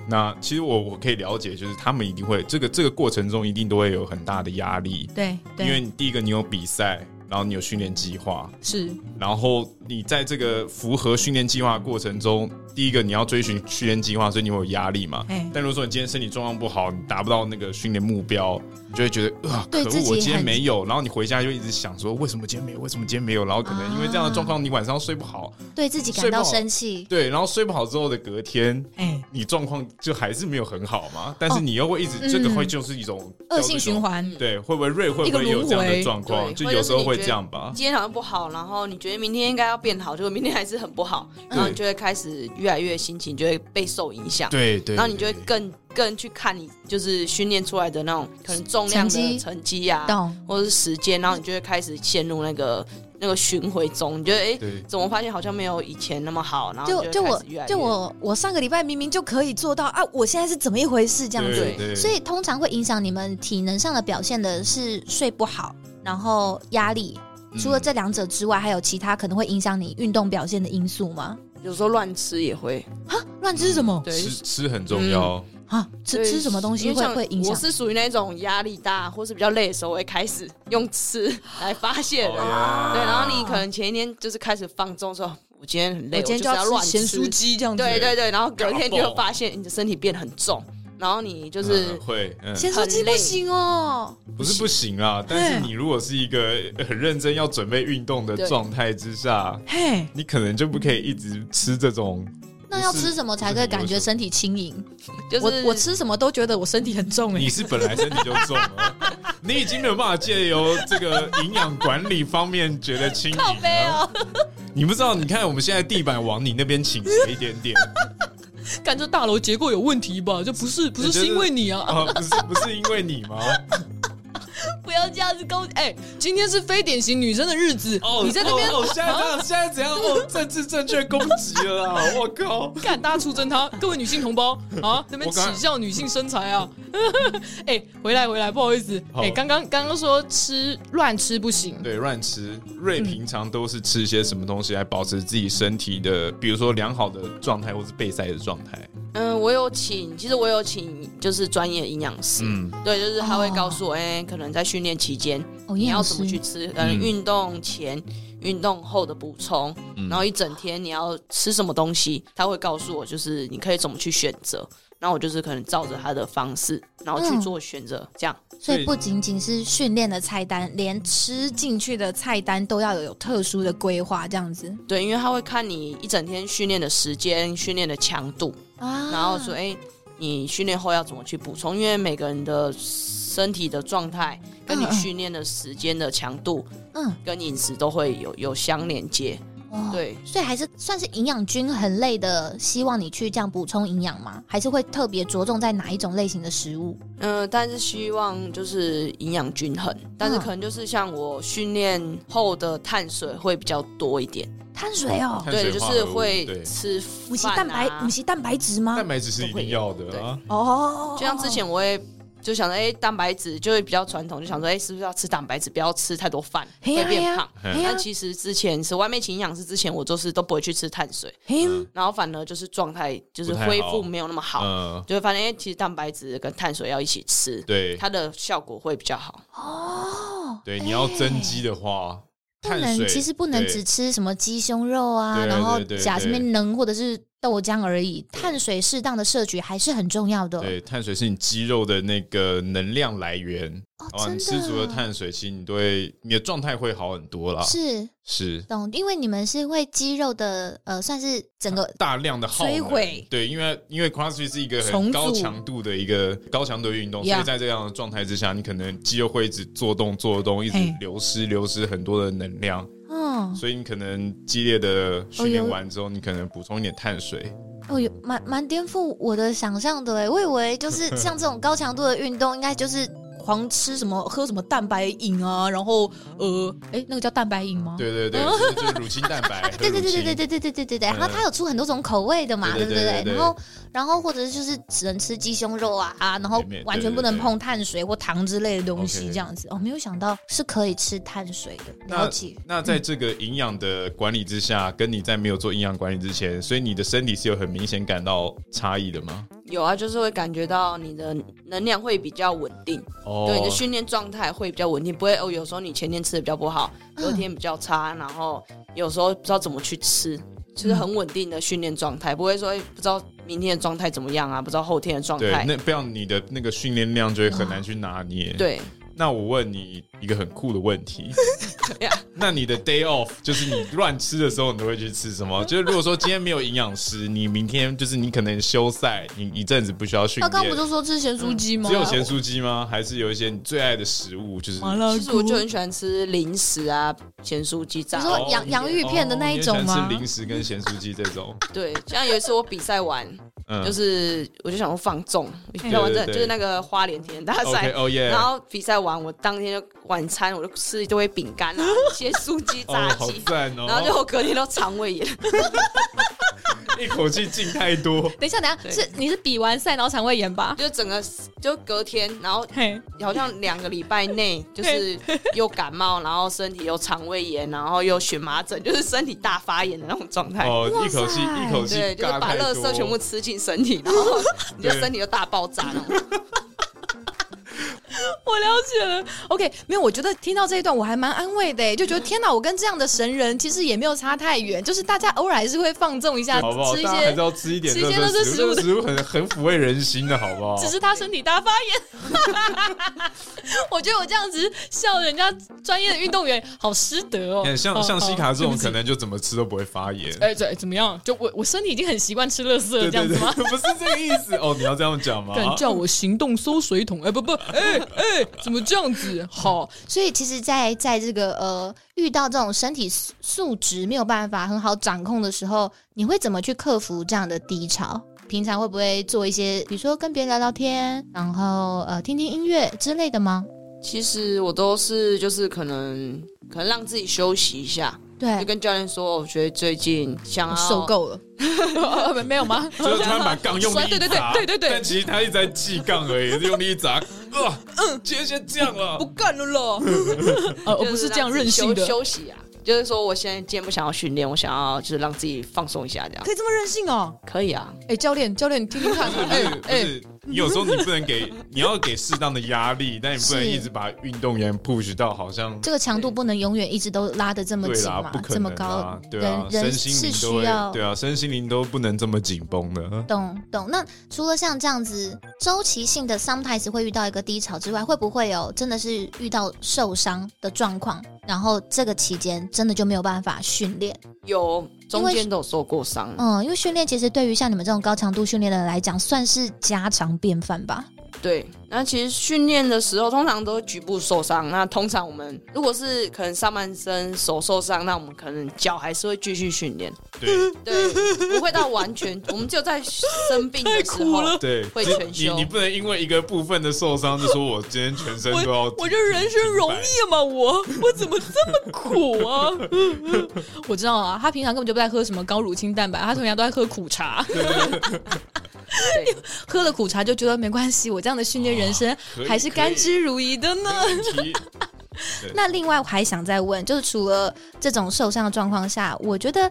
那其实我我可以了解，就是他们一定会这个这个过程中一定都会有很大的压力，对对，因为你第一个你有比赛，然后你有训练计划，是然后你在这个符合训练计划的过程中，第一个你要追寻训练计划，所以你会有压力嘛哎。但如果说你今天身体状况不好，你达不到那个训练目标，你就会觉得啊，对可恶自，己我今天很没有。然后你回家就一直想说，为什么今天没有？为什么今天没有？然后可能因为这样的状况，你晚上睡不好，对自己感睡不到好生气，对，然后睡不好之后的隔天，哎，你状况就还是没有很好嘛。但是你又会一直，嗯这个会就是一种恶性循。环，对，会不会瑞会一不个会有这样轮的回状况？对就或者有是时候你会觉这得样吧。今天好像不好，然后你觉得明天应该要变好，结果明天还是很不好，然后你就会开始越来越心情就会被受影响。对对，然后你就会对更更去看你就是训练出来的那种可能重量成绩的成绩啊呀、懂或者是时间，然后你就会开始陷入那个那个巡回中，你觉得哎、诶对怎么发现好像没有以前那么好，然后就你就会开我始越来越就我我上个礼拜明明就可以做到啊，我现在是怎么一回事这样子？对对，所以通常会影响你们体能上的表现的是睡不好，然后压力，嗯除了这两者之外，还有其他可能会影响你运动表现的因素吗？有时候乱吃也会乱吃什么对吃吃很重嗯要，啊？吃嗯对吃什么东西因为会像会影响我？是属于那种压力大或是比较累的时候，我会开始用吃来发泄的。哦呀对，然后你可能前一天就是开始放纵说，我今天很累，我今天就就是要要乱吃吃咸酥鸡这样子。对对对，然后隔天你嘎会嘣发现你的身体变很重，然后你就就是会，嗯，咸酥鸡很累不行哦，不是不行啊，但是你如果是一个很认真要准备运动的对状态之下，嘿，你可能就不可以一直吃这种。那要吃什么才可以感觉身体轻盈？就是我我吃什么都觉得我身体很重哎、你是本来身体就重了，你已经没有办法借由这个营养管理方面觉得轻盈了。哦你不知道，你看我们现在地板往你那边倾斜一点点感觉大楼结构有问题吧？就不是不我是觉得是因为你啊，啊，不是不是因为你吗？不要这样子跟我哎、今天是非典型女生的日子，你在那边哦，哦现在这样，现在怎样？哦，政治正确攻击了啦！我靠！干大家出征他，各位女性同胞啊，那边我刚耻笑女性身材啊！ 哎、回来回来，不好意思，好哎、刚刚刚刚说吃乱吃不行，对，乱吃。瑞平常都是吃一些什么东西来保持自己身体的，比如说良好的状态，或是备赛的状态。嗯，我有请，其实我有请就是专业营养师，嗯，对，就是他会哦告诉我，哎、可能在训练期间哦，你营要养怎么师去吃，呃，嗯运动前、运动后的补充，然后一整天你要吃什么东西，他会告诉我，就是你可以怎么去选择。然后我就是可能照着他的方式，然后去嗯做选择，这样所对以不仅仅是训练的菜单，连吃进去的菜单都要有特殊的规划，这样子对，因为他会看你一整天训练的时间、训练的强度，啊然后说，哎、你训练后要怎么去补充？因为每个人的身体的状态跟你嗯嗯训练的时间的强度嗯，跟饮食都会有有相连接。哦，对，所以还是算是营养均衡类的，希望你去这样补充营养吗？还是会特别着重在哪一种类型的食物？嗯、但是希望就是营养均衡，但是可能就是像我训练后的碳水会比较多一点，碳水哦，碳对，水就化是合物会对吃五系饭蛋白，啊五系蛋白质吗？蛋白质是一定要的啊。哦，就像之前我也就想着，哎、蛋白质就会比较传统，就想说，哎、是不是要吃蛋白质，不要吃太多饭，嘿呀会变嘿呀胖。嘿呀但其实之前是外面请营养师之前，我就是都不会去吃碳水，嘿，然后反而就是状态就是不太好恢复没有那么好，嗯，就会发现，哎、其实蛋白质跟碳水要一起吃，对它的效果会比较好。对，你要增肌的话，哦哎不碳能水，其实不能对只吃什么鸡胸肉啊，对然后对对假什么对能或者是豆浆而已，碳水适当的摄取还是很重要的。对，碳水是你肌肉的那个能量来源。哦，你真吃足了的碳水，其实你对你的状态会好很多啦。是是懂，因为你们是会肌肉的，呃，算是整个大量的耗能摧毁对，因为因为 CrossFit 是一个重很组高强度的一个高强度的运动，所 Yeah 以在这样的状态之下，你可能肌肉会一直做动做动，一直嘿流失流失很多的能量，嗯，所以你可能激烈的训哦练有完之后，你可能补充一点碳水。哦，有蛮蛮颠覆我的想象的哎，我以为就是 像这种高强度的运动，应该就是狂吃什么、喝什么蛋白饮啊，然后呃，哎，那个叫蛋白饮吗？对对对，就是就是乳清蛋白。对对喝乳对清对对对对对对对，然后嗯它有出很多种口味的嘛，对不对对对对然后然后或者就是只能吃鸡胸肉啊啊，然后也没完全不对能对对碰碳水或糖之类的东西 OK 这样子。哦，没有想到是可以吃碳水的，了那解。那在这个营养的管理之下，跟你在没有做营养管理之前，所以你的身体是有很明显感到差异的吗？有啊，就是会感觉到你的能量会比较稳定，哦对你的训练状态会比较稳定，不会哦。有时候你前天吃的比较不好，啊隔天比较差，然后有时候不知道怎么去吃，就是很稳定的训练状态，不会说哎不知道明天的状态怎么样啊，不知道后天的状对，态。那不然你的那个训练量就会很难去拿捏。，对，那我问你一个很酷的问题，样那你的 day off 就是你乱吃的时候，你都会去吃什么？就是如果说今天没有营养师，你明天就是你可能休赛，你一阵子不需要训他哦刚刚不练，就说吃咸酥鸡吗？只有咸酥鸡吗？还是有一些你最爱的食物？就是哦其实我就很喜欢吃零食啊，咸酥鸡炸你的。说洋洋芋片的那一种哦你也喜欢吗吃？零食跟咸酥鸡这种，对，像有一次我比赛完，嗯，就是我就想说放纵，比赛完对对这对就是那个花莲田大 OK 赛。哦耶，然后比赛完，我当天就晚餐我就吃一堆饼干 啊，些酥鸡、哦炸，好鸡，赞哦，然后就我隔天都肠胃 炎。一口气进太多，等一下，等一下，对是你是比完赛然后肠胃炎吧？就整个就隔天，然后嘿，好像两个礼拜内就是 又感冒，然后身体又肠胃炎，然后又荨麻疹，就是身体大发炎的那种状态。哦，一口气一口气对，就是尬把太垃多，圾全部吃进身体，然 后你的对身体就大爆炸那种。我了解了。OK，没有，我觉得听到这一段我还蛮安慰的耶，欸就觉得天哪，我跟这样的神人其实也没有差太远，就是大家偶尔还是会放纵一下，好不好？吃一大家还些是，要吃一点吃一些垃圾垃圾食物垃圾食物很很抚慰人心的，好不 好？只是他身体大发炎。 我觉得我这样子笑人家专业的运动员，好失德哦你。看哦像像西卡这哦对不种，起可能就怎么吃都不会发炎。哎，怎怎么样？就我我身体已经很习惯吃垃圾了，对对这样子对， 吗？不是这个意思哦，你要这样讲 吗？敢叫我行动搜水桶？哎、不不，哎、哎、怎么这样子？好，所以其实在，在这个呃遇到这种身体素素质没有办法很好掌控的时候，你会怎么去克服这样的低潮？平常会不会做一些，比如说跟别人聊聊天，然后呃听听音乐之类的吗？其实我都是就是可能可能让自己休息一下，就对，跟教练说，哦我觉得最近想要我受够了， 呃没有吗？就是他把杠用力一砸，对对对对对对但其实他一直在气杠而已，用力一砸，啊，今天先这样了嗯不，干了咯。 呃，我就不是让这样自己任性的休，休息啊。就是说，我现在今天不想要训练，我想要就是让自己放松一下，这样可以这么任性哦？可以啊。哎、教练，教练，你听听看，不哎是不哎，是，你有时候你不能给，你要给适当的压力，但你不能一直把运动员 push 到好像这个强度不能永远一直都拉的这么对紧啦，嘛不，可这么能高啦，，对啊，身人人心是灵都需会，要对啊，身心灵都不能这么紧绷的。懂懂。那除了像这样子周期性的 sometimes 会遇到一个低潮之外，会不会有真的是遇到受伤的状况，然后这个期间真的就没有办法训练？有中间都有受过伤，嗯，因为训练其实对于像你们这种高强度训练的人来讲，算是家常便饭吧。对。那其实训练的时候，通常都会局部受伤。那通常我们如果是可能上半身手受伤，那我们可能脚还是会继续训练，对对，不会到完全。我们只有在生病的时苦候，了对，会这全你休你不能因为一个部分的受伤就说我今天全身都要我我这人生 容易吗？我我怎么这么苦啊？我知道啊，他平常根本就不在喝什么高乳清蛋白，他平常都在喝苦茶，对，喝了苦茶就觉得没关系，我这样的训练人生可以还是甘之如饴的呢。问题。 那另外我还想再问，就是除了这种受伤的状况下，我觉得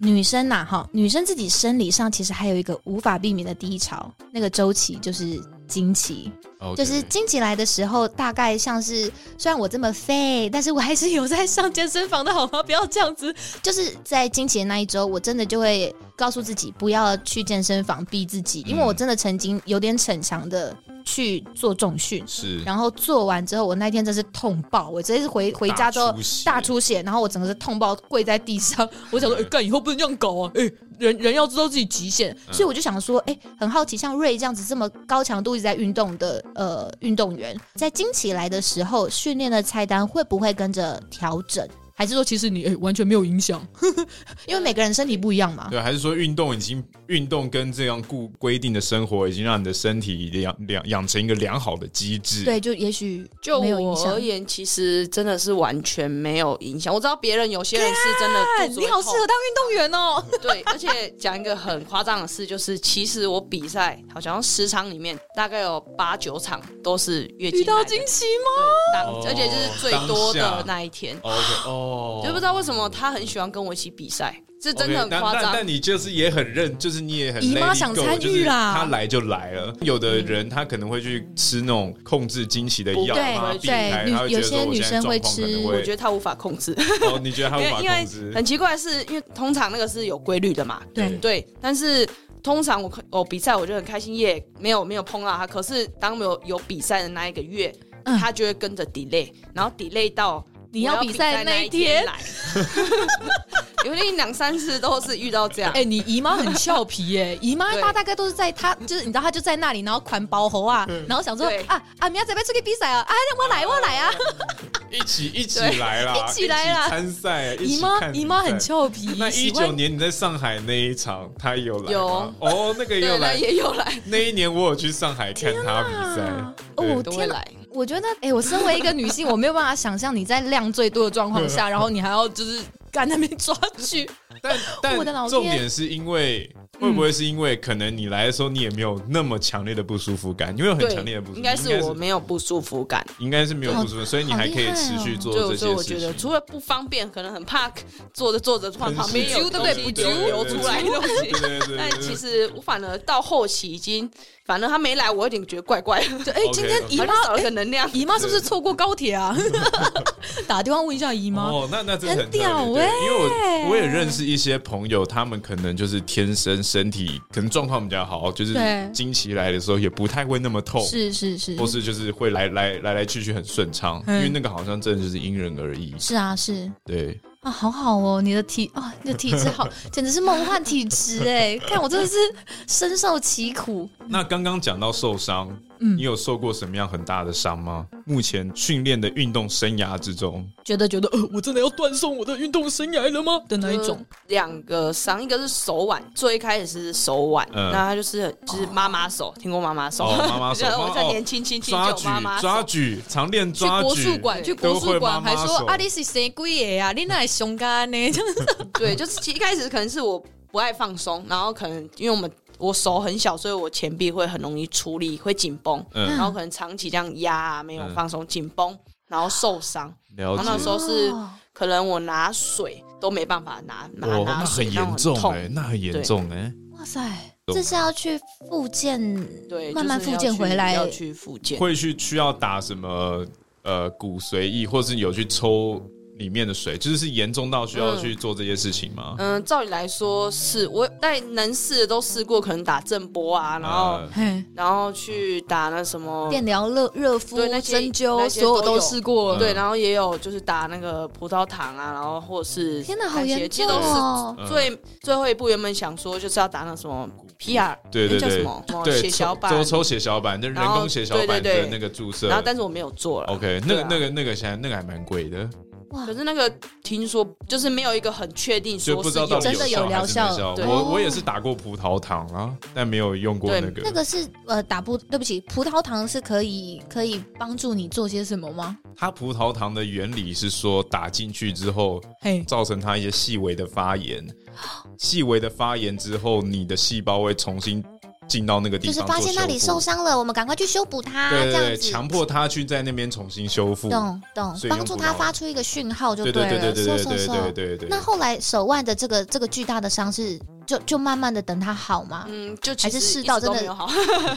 女生呐、哈，女生自己生理上其实还有一个无法避免的低潮，那个周期就是惊奇。 OK 就是经期来的时候，大概像是虽然我这么废，但是我还是有在上健身房的好吗？不要这样子。就是在经期的那一周，我真的就会告诉自己不要去健身房逼自己，因为我真的曾经有点逞强的去做重训。是然后做完之后，我那天真是痛爆，我直接是回回家之大后出血嗯大出血，然后我整个是痛爆，跪在地上。我想说，哎、干以后不能这样搞啊！哎、人人要知道自己极限，所以我就想说，哎、很好奇，像瑞这样子这么高强度一直在运动的呃运动员，在经期来的时候，训练的菜单会不会跟着调整？还是说，其实你哎、完全没有影响，因为每个人身体不一样嘛。对，还是说运动已经运动跟这样固规定的生活，已经让你的身体养养养成一个良好的机制。对，就也许就没有影我而响。言，其实真的是完全没有影响。我知道别人有些人是真的肚子会你好适合当运动员哦！痛对，而且讲一个很夸张的事，就是其实我比赛好像十场里面大概有八九场都是月经遇到来的惊奇对当哦而且就是最多当下的那一天， ，OK，哦就不知道为什么他很喜欢跟我一起比赛，是 OK，真的很但夸但张。但你就是也很认，就是你也很姨妈 let it 想 go，参与就是啦他来就来了。有的人他可能会去吃那种控制经期的不药，对让他避对开女他会觉有得些说我现女在生状会况可能吃我会觉得他无法控制，哦，你 觉得他无因法为因控为制？很奇怪的是，因为通常那个是有规律的嘛，对对，但是通常我我比赛我就很开心，也没有没有碰到他。可是当没有有比赛的那一个月，嗯他就会跟着 delay，然后 delay 到你我要要比赛那那一天天来， 有一两三次都是遇到这样 哎、。你姨妈很俏皮 耶、姨妈对她大概都是在她就是你知道她就在那里，然后款包猴啊，嗯然后想说对啊啊，明仔准备出去比赛啊，啊，让我来我来哦啊！一起一起对来啦，一起来啦参赛。一姨起妈看姨妈很比赛俏皮，那一喜九欢年你在上海那一场，他有来吗有哦，那个也有对，那来。也有来，那一年我有去上海看他比啊赛，哦对我都会来。我觉得哎、我身为一个女性，我没有办法想象你在量最多的状况嗯下，然后你还要就是干那边抓 去，但我的老但天重点是因为会不会是因为可能你来的时候你也没有那么强烈的不舒服感，因为有很对强烈的不舒，服，应该是我应该没有不舒服感。是应该是没有不舒服，所以你还可以持续做这对，所以些我事觉得情。除了不方便，可能很怕坐着坐着突然旁边有对不对东补西足流出来的东西对。对对但对， 其实我反而到后期已经，反正他没来，我有点觉得怪怪的，就哎、 OK，今天 OK 姨好妈像少了一哎个能量。姨妈是不是错过高 铁啊？ 打电话问一下姨妈。哦，那那真的很很特别屌欸对因为我我也认识一些朋友，他们可能就是天生身体可能状况比较好，就是对经期来的时候也不太会那么痛，是是是或是就是会来来来来去去很顺畅，因嗯为那个好像真的就是因人而异。是啊是。对，啊，好好哦，你的体啊，你的体质好，简直是梦幻体质哎！看我真的是深受其苦。那刚刚讲到受伤，嗯你有受过什么样很大的伤吗？目前训练的运动生涯之中，觉得觉得呃，我真的要断送我的运动生涯了吗的那一种？两个伤，一个是手腕，最开始是手腕，嗯那他就是就是妈妈手，听过妈妈手？哦妈妈手就是我在哦年轻轻轻抓就有举妈妈、手。抓举，常练去抓国术举，馆，对去国术馆都会妈还妈说手啊，你是谁鬼爷啊？你哪胸肝呢？对，就是其一开始可能是我不爱放松，然后可能因为我们我手很小，所以我前臂会很容易出力，会紧绷，嗯然后可能长期这样压、啊、没有嗯放松，紧绷，然后受伤，了然后那时解。候是哦可能我拿水都没办法拿拿哦，拿那水，很让我严重痛哎、那很严对重哎、哇塞，懂这是要去复健，对，慢慢就是复要健去回来要去复健，会去需要打什么呃骨髓液，或是有去抽里面的水，就是是严重到需要去做这些事情吗？嗯，照理来说是我但能试的都试过，可能打震波啊，然后、呃嘿，然后去打那什么电疗、热热敷对那、些针灸，那些所有都都有试嗯过。对，然后也有就是打那个葡萄糖啊，然后或者是天哪，好番茄严其重实都是哦！嗯最、最后一步原本想说就是要打那什么 PR，对对那叫什对么什，么对血小板抽抽血小板，就人然工后血小板对对的对那个注射然。后但是我没有做了。 OK，对那个啊那个那个现在那个还蛮贵的，哇可，是那个听说就是没有一个很确定就说不是知道到底真的有效还是疗没效效。对我我也是打过葡萄糖啊，但没有用过对那个。那个是呃打不，对不起，葡萄糖是可以可以帮助你做些什么吗？它葡萄糖的原理是说打进去之后，嘿，造成它一些细微的发炎，细微的发炎之后，你的细胞会重新进到那个地就是方，发现那里受，伤了，我们赶快去修补啊它，对这对对，样子。强迫它去在那边重新修复。懂懂所，以用帮助不他到发出一个讯号就对了。对对对对收对收收对对对对。那后来手腕的这个这个巨大的伤是，就就慢慢的等它好嘛。嗯，就其还是实世一道直都真的没有好，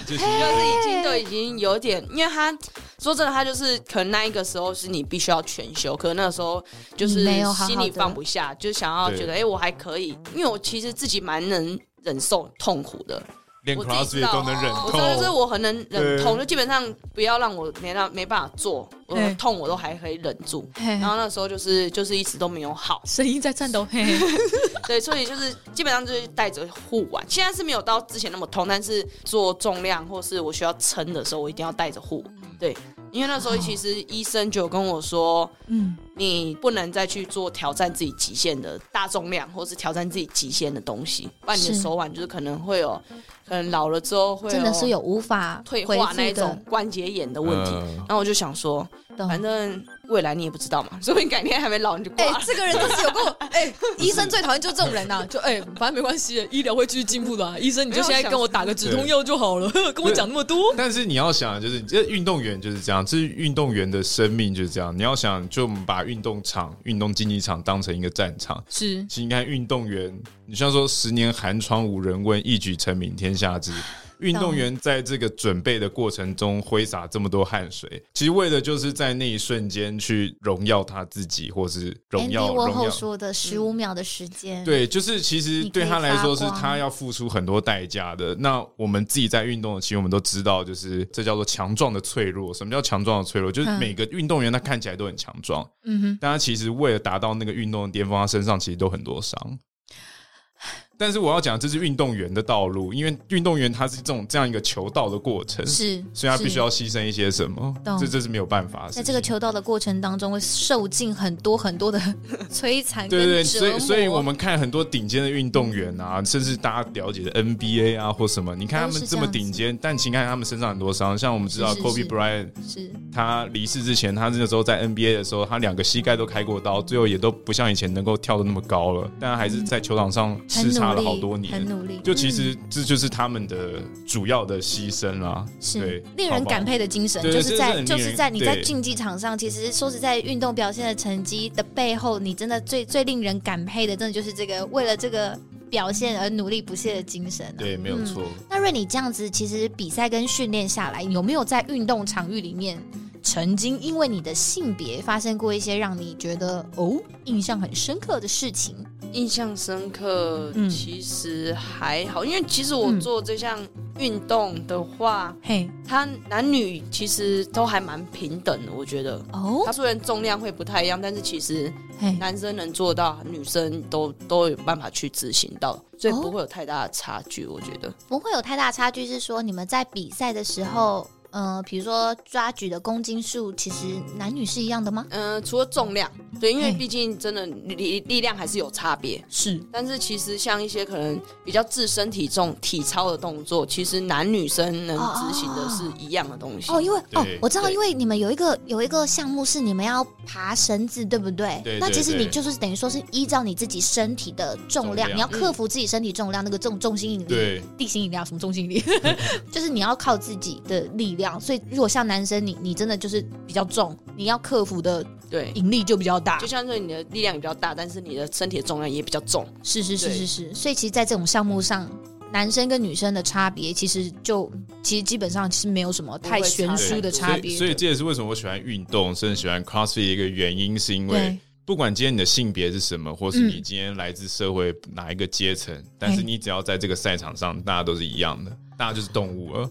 就就是是已经都已经有点，因为他说真的，他就是可能那一个时候是你必须要全休，可能那个时候就是没有好好心里的放不下，就想要对觉得哎、我还可以，因为我其实自己蛮能忍受痛苦的，连我 c 自己知 r o s s 道哦都能忍我痛真，的是我很能忍痛，对就基本上不要让我没让没办法做，我对痛我都还可以忍住。嘿然后那时候就是就是一直都没有好，声音在颤抖，嘿嘿，对，所以就是基本上就是带着护腕。现在是没有到之前那么痛，但是做重量或是我需要撑的时候，我一定要带着护。嗯对，因为那时候其实医生就有跟我说，嗯，你不能再去做挑战自己极限的大重量，或是挑战自己极限的东西，不然你的是手腕就是可能会有，可能老了之后会真的是有无法退恢化复那一种的，嗯关节炎的问题。嗯然后我就想说，懂反正未来你也不知道嘛，说不定改天还没老你就挂哎、了。这个人就是 有够，哎、医生最讨厌就这种人啊呐、就哎、反正没关系，医疗会继续进步的、啊，医生你就现在跟我打个止痛药就好了， 跟我讲那么多，但是你要想，就是这运动员就是这样，这是运动员的生命就是这样。你要想，就我们把运动场、运动竞技场当成一个战场。是其实你看运动员，你像说十年寒窗无人问，一举成名天 下知。运动员在这个准备的过程中挥洒这么多汗水，其实为的就是在那一瞬间去荣耀他自己，或是荣 Andy 耀荣 Warhol 耀说的十五秒的时间，，对，就是其实你可以对他来说是发光他要付出很多代价的。那我们自己在运动的，其实我们都知道，就是这叫做强壮的脆弱。什么叫强壮的脆弱？就是嗯每个运动员他看起来都很强壮，嗯哼，但他其实为了达到那个运动的巅峰，他身上其实都很多伤。但是我要讲，这是运动员的道路，因为运动员他是这种这样一个求道的过程，是，所以他必须是要牺牲一些什么，懂这这是没有办法的事在情。这个求道的过程当中，会受尽很多很多的 摧残跟对对，折所以所以磨我们看很多顶尖的运动员啊，甚至大家了解的 NBA 啊或什么，你看他都们是这这么样子顶尖，但请看他们身上很多伤，像我们知道是是 Kobe 是 Bryant，是他离世之前，他那时候在 NBA 的时候，他两个膝盖都开过刀，最后也都不像以前能够跳的那么高了，但他还是在球场上很叱咤努了力，好多嗯很年。努力，就其实这就是他们的主要的牺牲啦，对是令好人不好感佩的精神，对就这是是很在令就是人在你在对竞技场上，其实说实在，运动表现的成绩的背后，你真的最最令人感佩的，真的就是这个为了这个表现而努力不懈的精神、啊。对，没有嗯错。那瑞，你这样子其实比赛跟训练下来，有没有在运动场域里面曾经因为你的性别发生过一些让你觉得哦印象很深刻的事情？印象深刻嗯，其实还好，因为其实我嗯做这项运动的话，嘿，它男女其实都还蛮平等的，我觉得。哦它，虽然重量会不太一样，但是其实嘿，男生能做到，女生都都有办法去执行到，所以不会有太大的差距。我觉得不会有太大差距，是说你们在比赛的时候，呃，比如说抓举的公斤数，其实男女是一样的吗？嗯、呃除了重量，对，因为嘿毕竟真的力力量还是有差别。是，但是其实像一些可能比较自身体重、体操的动作，其实男女生能执行的是一样的东西。哦哦，因为哦对，我知道，对因为你们有一个有一个项目是你们要爬绳子，对不对？对那对其实你对就是等于说是依照你自己身体的重重量量，嗯你要克服自己身体重量那个重重心引力，对，地心引力啊，什么重心引 力，就是你要靠自己的力量。所以如果像男生，你你真的就是比较重，你要克服的对，引力就比较大就。像是你的力量也比较大，但是你的身体的重量也比较重。是是是对是是，所以其实，在这种项目上，男生跟女生的差别其实就其实基本上是没有什么太悬殊的差所别以，的。所以这也是为什么我喜欢运动，甚至喜欢 CrossFit 的一个原因，是因为对不管今天你的性别是什么，或是嗯你今天来自社会哪一个阶层，但是你只要在这个赛场上，大家都是一样的，大家就是动物了。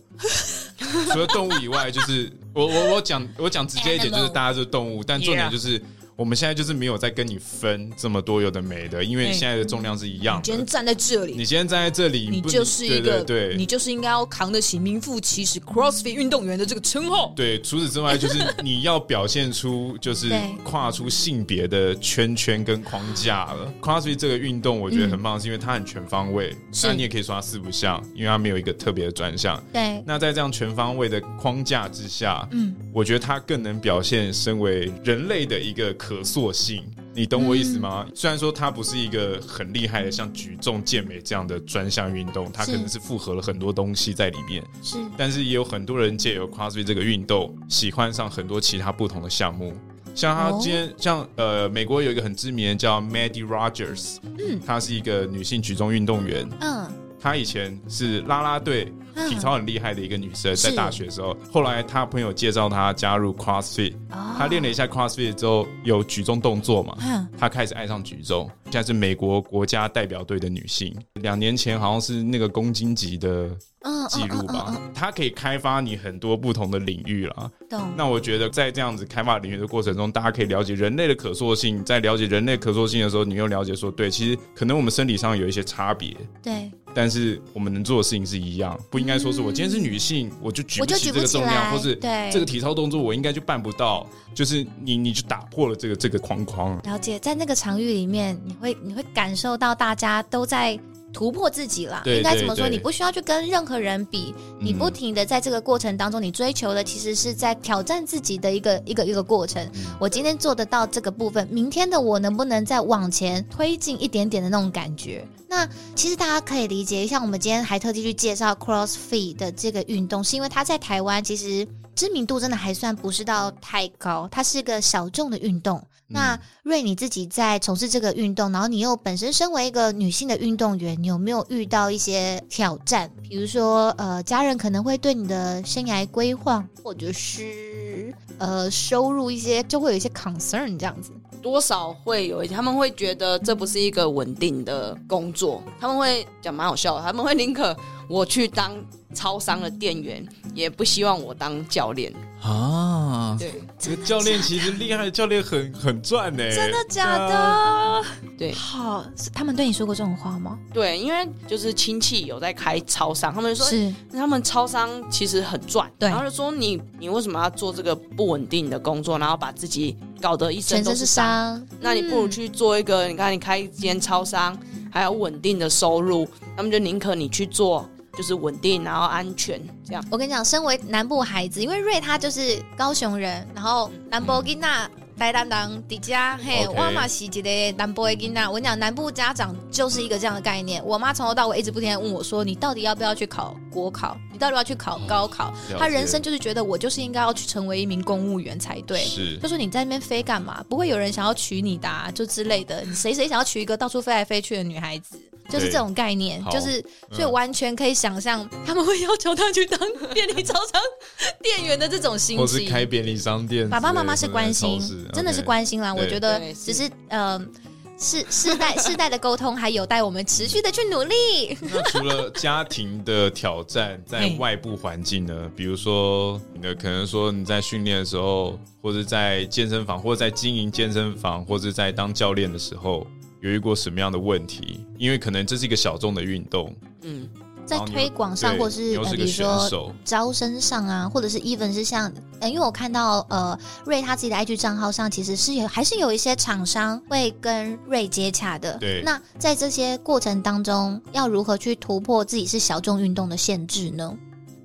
除了动物以外，就是 我我我讲我讲直接一点，就是 Animal 大家就是动物，但重点就是。我们现在就是没有在跟你分这么多有的没的，因为对现在的重量是一样你今的天。站在这里你。今天站在这里，你不就是一个，对对对你就是应该要扛得起名副其实 CrossFit 运动员的这个称号。对，除此之外，就是你要表现出就是对跨出性别的圈圈跟框架了。CrossFit 这个运动我觉得很嗯棒，是因为它很全方位。是那你也可以说它四不像，因为它没有一个特别的专项。对，那在这样全方位的框架之下，嗯，我觉得它更能表现身为人类的一个可塑性。你懂我意思嗯吗？虽然说它不是一个很厉害的像举重、健美这样的专项运动，它可是能是复合了很多东西在里面。是但是也有很多人借由 CrossFit 这个运动，喜欢上很多其他不同的项目。像他今哦天，像呃，美国有一个很知名的叫 Maddie Rogers，嗯，她是一个女性举重运动员，嗯，她以前是啦啦队嗯体操很厉害的一个女生，是在大学的时候，后来她朋友介绍她加入 CrossFit，她哦练了一下 CrossFit 之后有举重动作嘛，嗯她开始爱上举重，现在是美国国家代表队的女性，两年前好像是那个公斤级的嗯记录吧，它可以开发你很多不同的领域啦。嗯懂那我觉得在这样子开发领域的过程中，大家可以了解人类的可塑性，在了解人类可塑性的时候，你又了解说，对，其实可能我们生理上有一些差别，对，但是我们能做的事情是一样，不应该说是我今天是女性，我就举我不就起举这不个起重量，来或是对这个体操动作我应该就办不到，就是你你就打破了这个这个框框。了解，在那个场域里面，你会你会感受到大家都在突破自己啦，对应该怎么说？对对你不需要去跟任何人比，你不停的在这个过程当中，你追求的其实是在挑战自己的一嗯个一个一个过程。我今天做得到这个部分，明天的我能不能再往前推进一点点的那种感觉？那其实大家可以理解，像我们今天还特地去介绍 CrossFit 的这个运动，是因为它在台湾其实知名度真的还算不是到太高，它是个小众的运动。嗯那瑞，你自己在从事这个运动，然后你又本身身为一个女性的运动员，你有没有遇到一些挑战？比如说，呃，家人可能会对你的生涯规划，或者是呃收入一些，就会有一些 concern 这样子。多少会有一些，他们会觉得这不是一个稳定的工作，他们会讲蛮好笑的，他们会宁可我去当超商的店员，也不希望我当教练。啊，对这个教练其实厉害，教练很很赚呢、真的假的，对好，是他们对你说过这种话吗？对，因为就是亲戚有在开超商，他们就说是他们超商其实很赚，对然后就说你你为什么要做这个不稳定的工作，然后把自己搞得一身全都身是是伤？伤，那你不如去做一个，你看你开一间超商，还有稳定的收入，他们就宁可你去做，就是稳定，然后安全这样。我跟你讲，身为南部孩子，因为瑞他就是高雄人，然后南部囡仔白当当迪家，嘿 OK 我妈是一个南部的囡仔。我跟你讲，南部家长就是一个这样的概念。我妈从头到尾一直不停的问我说：“你到底要不要去考国考？你到底要去考高考？”嗯解她人生就是觉得我就是应该要去成为一名公务员才对。是就说你在那边飞干嘛？不会有人想要娶你的、啊，就之类的。你谁谁想要娶一个到处飞来飞去的女孩子？就是这种概念，好就是嗯所以完全可以想象他们会要求他去当便利超商店员的这种心或是机。开便利商店之类的，爸爸妈妈是关心或者在超市，嗯真的是 OK 关心啦。对我觉得对只是是呃，世世代 世代的沟通还有待我们持续的去努力。那除了家庭的挑 战，在外部环境呢？比如说你的可能说你在训练的时候，或者在健身房，或者在经营健身房，或者在当教练的时候，有遇过什么样的问题？因为可能这是一个小众的运动，嗯，在然后你又推广上，对或是你又呃是比个如选说手，招生上啊，或者是 even 是像，呃，因为我看到呃瑞他自己的 IG 账号上，其实是有还是有一些厂商会跟瑞接洽的。对那在这些过程当中，要如何去突破自己是小众运动的限制呢？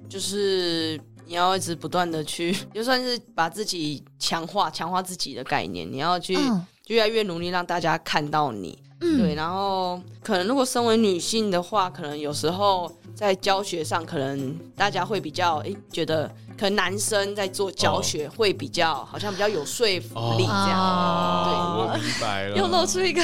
就是你要一直不断的去， 就算是把自己强化、强化自己的概念，你要去、嗯就越来越努力让大家看到你。对，嗯，然后可能如果身为女性的话，可能有时候在教学上，可能大家会比较诶、觉得可能男生在做教学哦会比较、好像比较有说服力这样。啊哦，我嗯明白 了，又露出一个，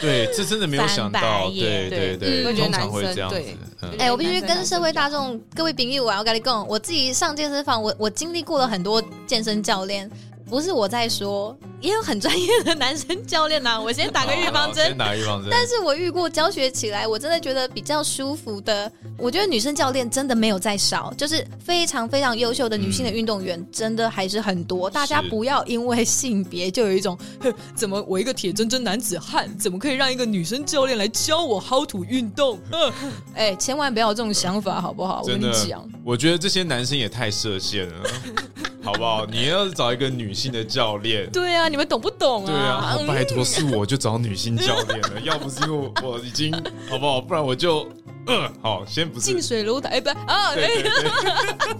对，这真的没有想翻白到，对眼对对，嗯我觉得通常男会生这样子对，嗯哎、我必须跟社会大众、各位朋友啊，我跟你讲，我自己上健身房，我我经历过了很多健身教练，不是我在说，也有很专业的男生教练啊呐、我先打个预防好针先，打预防针，但是我遇过教学起来，我真的觉得比较舒服的。我觉得女生教练真的没有在少，就是非常非常优秀的女性的运动员，真的还是很多。大家不要因为性别就有一种， 哼，怎么我一个铁铮铮男子汉，怎么可以让一个女生教练来教我 how to 运动？ 呃哎、千万不要有这种想法，好不好？我跟真你的讲，，我觉得这些男生也太设限 了，好不好？你要是找一个女性的教练，对啊，你们懂不懂对啊，哦嗯拜托是我就找女性教练了，要不是因为我已经好不好，不然我就，呃，好，先不是近，水楼台，哎不啊，对对对，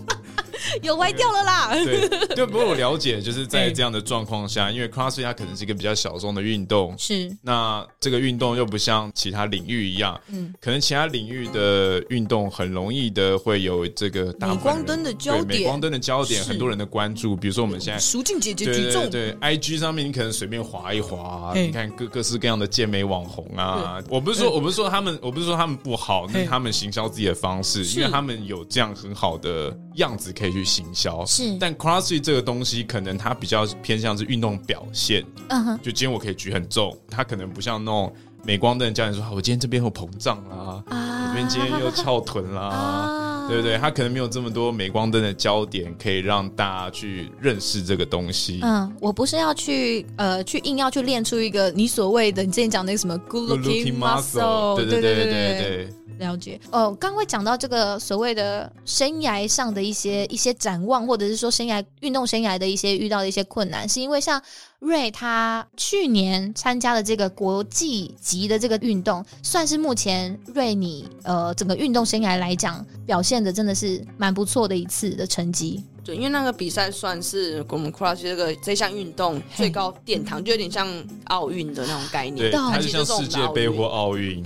有歪掉了啦。对，对，不过我了解，就是哎在这样的状况下，因为 CrossFit 它可能是一个比较小众的运动，是，那这个运动又不像其他领域一样，嗯，可能其他领域的运动很容易的会有这个大部分人镁光灯的焦点对镁光灯的焦点，是很多人的关注，比如说我们现在。淑静姐姐对举重对对，IG 上面你可能随便划一划，嘿你看各各式各样的健美网红啊。我不是说我不是说他们，我不是说他们不好，那嘿是他们行销自己的方式，因为他们有这样很好的样子可以去行销。是但 CrossFit 这个东西可能它比较偏向是运动表现，嗯哼，就今天我可以举很重，它可能不像那种镁光灯的教练说，啊我今天这边有膨胀 啦，我这边今天又翘臀啦。啊嗯对不对？它可能没有这么多镁光灯的焦点，可以让大家去认识这个东西。嗯，我不是要去呃去硬要去练出一个你所谓的你之前讲那个什么 good Good looking looking muscle， muscle，对对对对对对对，了解。呃，刚会讲到这个所谓的生涯上的一些一些展望，或者是说生涯运动生涯的一些遇到的一些困难，是因为像瑞他去年参加的这个国际级的这个运动，算是目前瑞你呃整个运动生涯来讲表现的真的是蛮不错的一次的成绩。对，因为那个比赛算是我们 cross 这个这项运动最高殿堂，就有点像奥运的那种概念。对，懂它就像世界杯或奥运，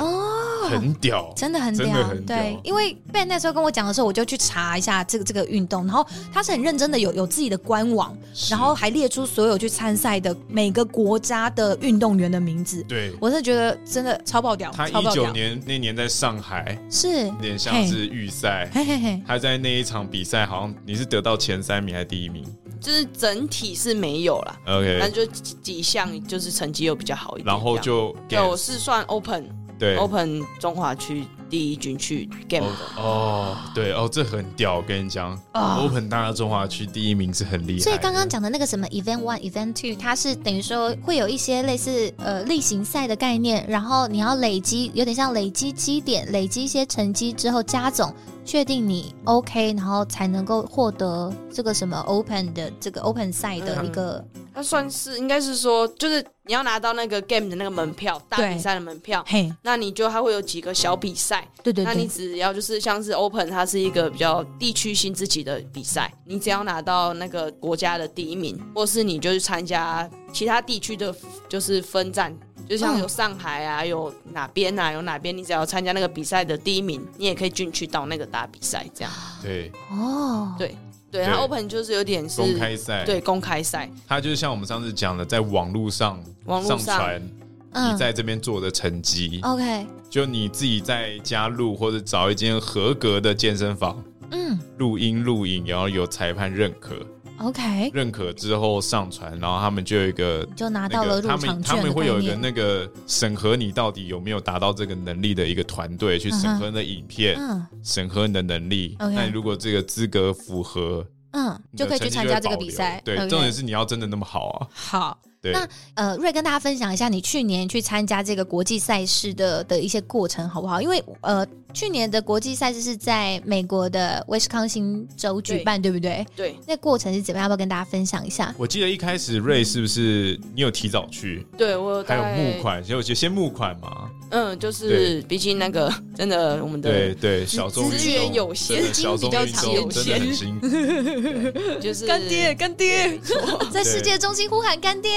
很屌。真的很真屌，的很屌对，因为 Ben 那时候跟我讲的时候，我就去查一下这个这个运动，然后他是很认真的有有自己的官网，是然后还列出所有去参赛的每个国家的运动员的名字。对，我是觉得真的超爆屌，他超一爆九屌，年那年在上海，是，有点像是预赛，嘿嘿嘿，他在那一场比赛好像你是得到前三名还是第一名就是整体是没有啦，但？OK，就几几项就是成绩又比较好一点。然这后样就对，我是算 open 对 open 中华区第一军区 game 的。哦，对哦，这很屌，我跟你讲、o p e n 大中华区第一名是很厉害的。所以刚刚讲的那个什么 event one、event two，它是等于说会有一些类似呃例行赛的概念，然后你要累积，有点像累积基点，累积一些成绩之后加总，确定你 OK，然后才能够获得这个什么 open 的这个 open 赛嗯的一个、那算是应该是说，就是你要拿到那个 game 的那个门票，大对比赛的门票，嘿，那你就它会有几个小比赛。对对那你对，只要就是像是 Open，它是一个比较地区性自己的比赛，你只要拿到那个国家的第一名，或是你就是参加其他地区的，就是分站，就像有上海啊，有哪边啊，有哪边，你只要参加那个比赛的第一名，你也可以进去到那个大比赛这样。对哦，对对，对它 Open 就是有点是公开赛，对公开赛，它就是像我们上次讲的，在网络上网络上传你嗯在这边做的成绩，哦，OK，就你自己在家录或者找一间合格的健身房嗯录音录影，然后有裁判认可， ，OK，认可之后上传，然后他们就有一个你就拿那到了个入他场们他券们的会概有一个念。那个审核你到底有没有达到这个能力的一个团队去审核你的影片，嗯审核你的能力。 OK 那你如果这个资格符合，嗯，你就的可以成去绩参会加这个保比留赛对 OK 重点是你要真的那么好啊。好，对，那呃，瑞跟大家分享一下你去年去参加这个国际赛事的的一些过程，好不好？因为呃，去年的国际赛事是在美国的威斯康星州举办，对不对？对那过程是怎么样？要不要跟大家分享一下？我记得一开始瑞是不是你有提早去，对，我有大还有概募，款，所以我就先募款嘛。嗯，就是毕竟那个真的我们对的对，小众资运源动有限真的资小金众比较运动长真的很有辛苦。就是干爹，干爹，哦在世界中心呼喊干爹，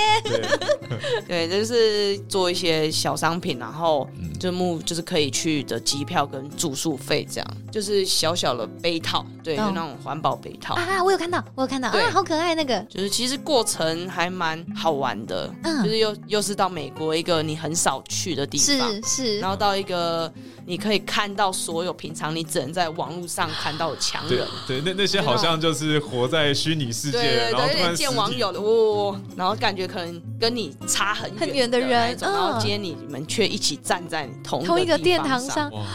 对，对，就是做一些小商品，然后嗯就募就是可以去的机票跟住宿费，这样就是小小的杯套，对，就哦那种环保杯套。啊，我有看到，我有看到对啊，好可爱那个，就是其实过程还蛮好玩的，嗯就是又又是到美国一个你很少去的地方是，是然后到一个你可以看到所有平常你只能在网络上看到的强对人，对，那那些好像就是活在虚拟世界，对对然后对，有突然点实见体网友的，哦，然后感觉可能跟你差很很远的的那一人种然嗯后今天你们却一起站在同同一个地殿方堂上。上，哇，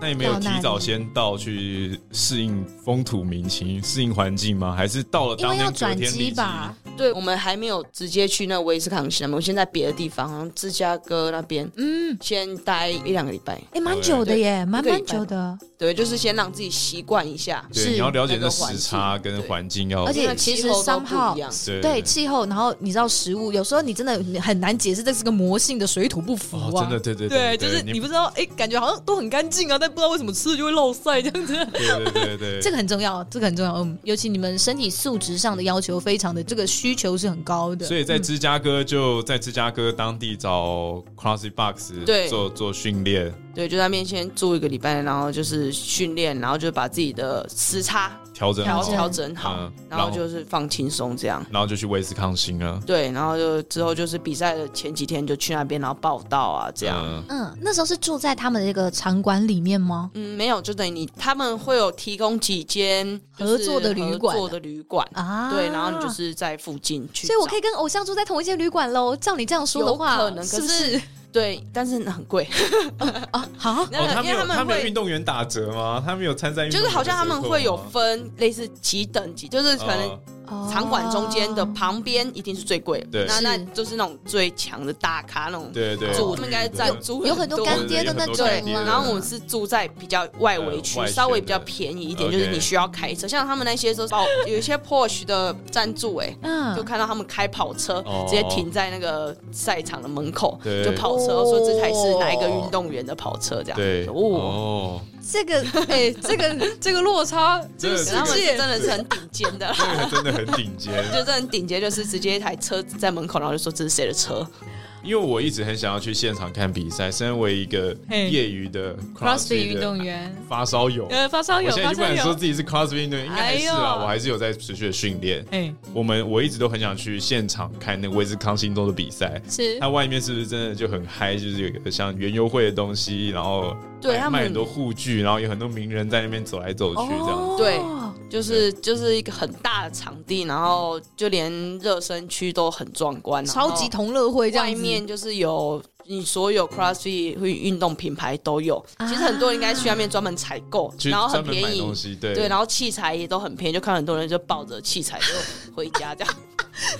那你们有提早先到去适应风土民情、适应环境吗？还是到了因当为天要隔转天机立即吧，对我们还没有直接去那威斯康星，我们先在别的地方，好像芝加哥那边嗯，先待一两个礼拜。哎，蛮久的耶，蛮一个蛮礼拜久的，对，就是先让自己习惯一下。对，是你要了解那那个环时境差跟对环境要，而且那其气实候都三不号一样对对气候，然后你知道食物，有时候你真的很难解释这是个魔性的水土不服哦，啊，真的，对对对，就对是你不知道，哎、感觉好像都很干净啊，但不知道为什么吃了就会落腮这样子。对对 对对，这个很重要，这个很重要，嗯，尤其你们身体素质上的要求非常的，这个需求是很高的，所以在芝加哥就在芝加哥当地找 CrossFit Box 对做做训练，对，就在那边先住一个礼拜，然后就是训练，然后就把自己的时差调整调好，调整好，嗯然后就是放轻松这样。然后就去威斯康星了。对，然后就之后就是比赛的前几天就去那边，然后报道啊这样。嗯，嗯，那时候是住在他们的这个场馆里面吗？嗯，没有，就等于你他们会有提供几间就是合作的旅馆合作的旅馆，啊，对，然后你就是在附近去找，所以我可以跟偶像住在同一间旅馆喽。照你这样说的话，有可能是不可是是对，但是很贵，啊？ 好，那哦，他个没因为有他们没有会运。动员打折吗？他没有参赛运动就员是的折扣吗，好像他们会有分类似几等级，就是可能哦场馆中间的哦旁边一定是最贵的，对那那是就是那种最强的大咖那种对对，住，他们应该在对租有很多对干爹的那对有很种多干爹对，的然后我们是住在比较外围呃区外，圈稍微比较便宜一点，的就是，OK 你需要开车。像他们那些都是包，有一些 Porsche 的赞助，哎，就嗯，看到他们开跑车哦，直接停在那个赛场的门口，对就跑车说这台是哪一个运动员的跑车这样。对哦，哦，这个哎，这 个这个落差，这个可是他们这是个。真的是很顶尖的这个真的很顶尖， 就是很顶尖，就是直接一台车子在门口，然后就说这是谁的车，因为我一直很想要去现场看比赛，身为一个嘿业 余的 CrossFit CrossFit 运的动员，发烧友，呃，发烧我友，现在发就不烧敢说友，自己是 CrossFit 运动员，应该还是哎啊，呦我还是有在持续的训练。哎、我们我一直都很想去现场看那个威斯康星州的比赛，是它外面是不是真的就很嗨？就是有一个像园游会的东西，然后对卖他们哦卖很多护具，然后有很多名人在那边走来走去这样。对就是就是一个很大的场地，然后就连热身区都很壮观，然后超级同乐会这样外子面就是有你所有 CrossFit 会运动品牌都有，啊其实很多人应该去外面专门采购，去然后专很门便买宜东，西，对对，然后器材也都很便宜，就看很多人就抱着器材就回家这样。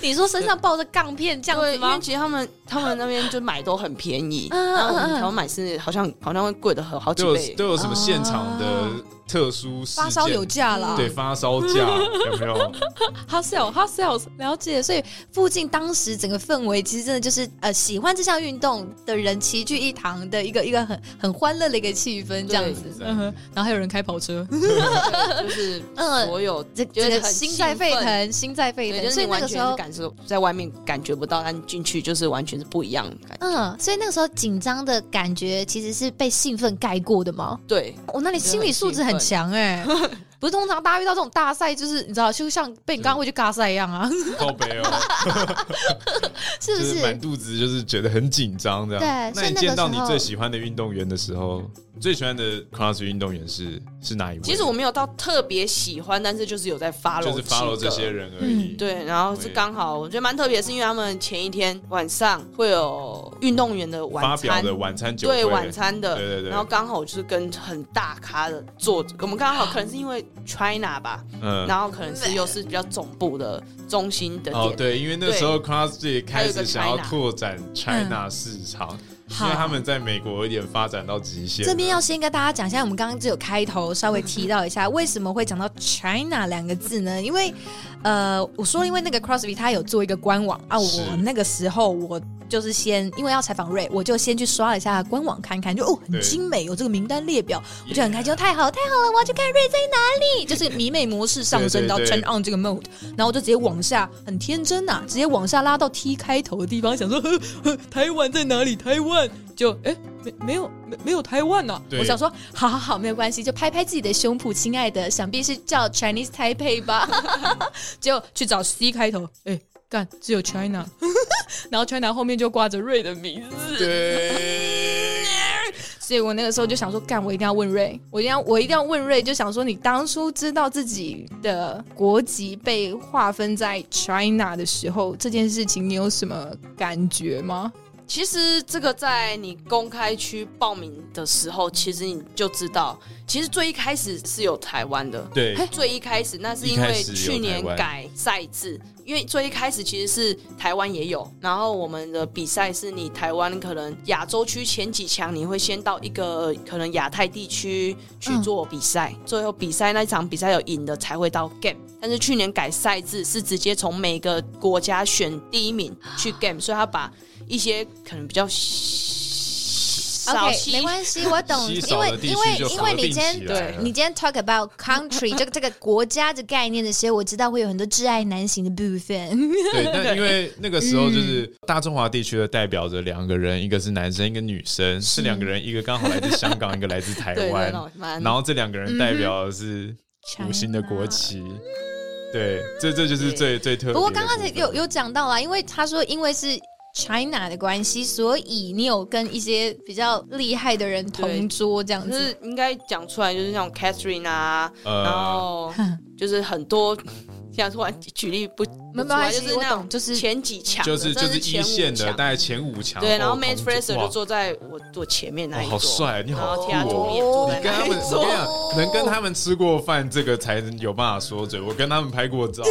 你说身上抱着杠片 这样对，子因为吗？其实他们他们那边就买都很便宜，嗯然后我们嗯嗯台湾买是好像好像会贵的很好几都有倍。都有什么现场的啊特殊事件发烧友价啦，对发烧 价有没有？好 sell 好 sell，了解。所以附近当时整个氛围，其实真的就是呃，喜欢这项运动的人齐聚一堂的一个一个很很欢乐的一个气氛，这样子。对嗯哼，然后还有人开跑车，就是嗯所有这觉这得个很心在兴沸奋腾，心在沸对，腾。就是所以你那完个时全是候，感受在外面感觉不到，但你进去就是完全是不一样的感觉。嗯，所以那个时候紧张的感觉其实是被兴奋盖过的嘛。对，哦，那你心理素质很强 哎、不是通常大家遇到这种大赛，就是你知道，就像被你刚刚会去尬赛一样啊，靠背 哦，是就不是是满？肚子就是觉得很紧张这样。对那所以你那个见到你时候最喜欢的运动员的时候，最喜欢的 CrossFit 运动员是是哪一位？其实我没有到特别喜欢，但是就是有在 follow，就是 follow 几这个嗯些。人而已。对，然后是刚好，我觉得蛮特别，是因为他们前一天晚上会有运动员的晚发餐，表的晚餐酒会对晚餐的，对对对然后刚好就是跟很大咖的作者，我们刚好可能是因为 China 吧，嗯，然后可能是又是比较总部的中心的哦点，对，因为那时候 CrossFit 开始想要还有一个 China 拓展嗯 China 市场，因为他们在美国有点发展到极限了。这边要先跟大家讲一下，我们刚刚只有开头稍微提到一下，为什么会讲到 China 两个字呢？因为，呃，我说因为那个 CrossFit 它有做一个官网啊，是我那个时候我就是先因为要采访 Ray，我就先去刷了一下官网看看，就哦对很精美，有这个名单列表，我就很开心，哦太好了太好了，我要去看 Ray 在哪里，就是迷妹模式上升到对对 Turn On 这个 mode，然后我就直接往下，很天真呐、直接往下拉到 T 开头的地方，想说 呵呵台湾在哪里？台湾就哎、没没有没没有台湾呐、对我想说好好好没有关系，就拍拍自己的胸脯，亲爱的，想必是叫 Chinese Taipei 吧。 结果去找 C 开头，哎、干只有 China，然后 China 后面就挂着瑞的名字，对，所以我那个时候就想说，哦干，我一定要问瑞，我一定要，我一定要问瑞，就想说，你当初知道自己的国籍被划分在 China 的时候，这件事情你有什么感觉吗？其实这个在你公开区报名的时候，其实你就知道，其实最一开始是有台湾的，对， 哎最一开始那是一因开为始有去年台湾改赛制，因为最一开始其实是台湾也有，然后我们的比赛是你台湾可能亚洲区前几强，你会先到一个呃可能亚太地区去做比赛，嗯最后比赛那一场比赛有赢的才会到 game。但是去年改赛制是直接从每个国家选第一名去啊 game，所以他把一些可能比较少 OK，稀没关系，我 懂，稀因少为的地因为区就因合为并你今天起来了你今天 talk about country 这个这个国家的概念的时候，我知道会有很多挚爱难行的部分。 对，但因为那个时候嗯就是大中华地区的代表着两个人，一个是男生，一个女生，是两个人，一个刚好来自香港，一个来自 台对湾对对，蛮然后这两个人代表的是五星的国旗，嗯对，这这就是最最特别的部分。不过刚刚才有有讲到啦，因为他说因为是 China 的关系，所以你有跟一些比较厉害的人同桌这样就子。是应该讲出来，就是像 Catherine 啊，然呃，后就是很多，像突然举例不，不没出关来系就是那我种懂就是前几强的，就是就真的是前一五线的，强大概前五强。对，然后哦 Matt 同 Fraser 哇就坐在我坐前面那哇，一好桌，帅，你然好后酷其他桌也哦！坐你在跟他那们，一我桌跟你。讲，能跟他们吃过饭，这个才有办法说嘴。我跟他们拍过照，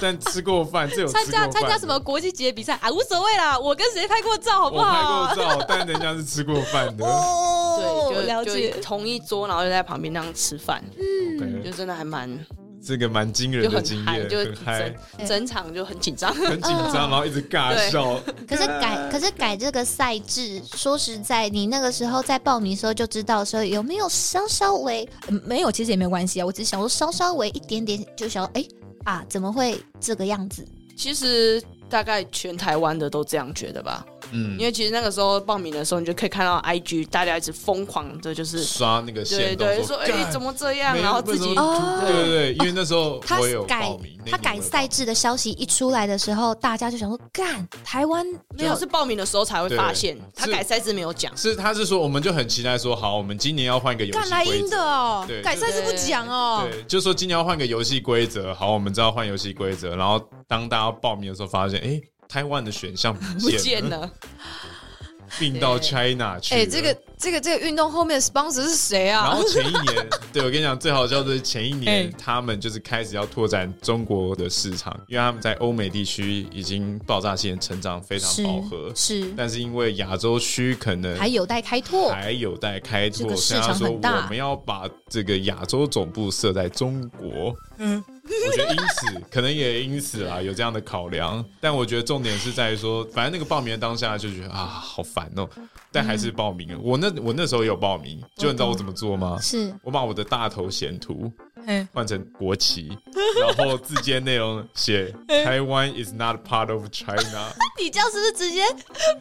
但吃过饭，这有吃过参加饭参加什么国际级的比赛啊，无所谓啦，我跟谁拍过照好不我拍好？过照，但人家是吃过饭的。 哦嗯对，了就解就。同一桌，然后就在旁边那样吃饭，就 OK，真的还蛮这个蛮惊就人的很嗯经嗨，验，就很嗨，嗯整整场就很紧张。 很紧张，然后一直尬笑。可是嗯改可是改这个赛制，说实在，你那个时候在报名的时候就知道说有没有稍稍微嗯没有，其实也没有关系啊，我只是想想说稍稍微一点点，就想哎、啊，怎么会这个样子？其实大概全台湾的都这样觉得吧，嗯因，为其实那个时候报名的时候，你就可以看到 IG 大家一直疯狂的，就是刷那个对线动对，说哎、干怎么这样，没然后为自什己么对对对，因为那时候他我有改报名，他改赛制。制的消息一出来的时候，大家就想说干，台湾没有是报名的时候才会发现对，他是改赛制没有讲。是，他是说，我们就很期待说，好，我们今年要换一个游戏干来规赢则的。哦对，改赛事不讲哦，对，就说今年要换个游戏规则，好，我们知道换游戏规则，然后当大家报名的时候，发现， 哎，台湾的选项不不见见了，了，并到 China 去了。哎，这个这个这个运动后面的 sponsor 是谁然啊？ 后前一 年，对我跟你讲，最好笑的是前一年哎他们就是开始要拓展中国的市场，因为他们在欧美地区已经爆炸性的成长非常是饱和，是但是因为亚洲区可能还有待开拓，还有待开这拓，个市所以他场说很大我们要把这个亚洲总部设在中国。嗯，我觉得因此可能也因此 啦有这样的考量，但我觉得重点是在于说，反正那个报名的当下就觉得啊好烦哦、但还是报名了。我那我那时候有报名，就你知道我怎么做吗？嗯是我把我的大头显图嗯换成国旗，然后字间内容 写嗯 “Taiwan is not part of China”。你这样是不是直接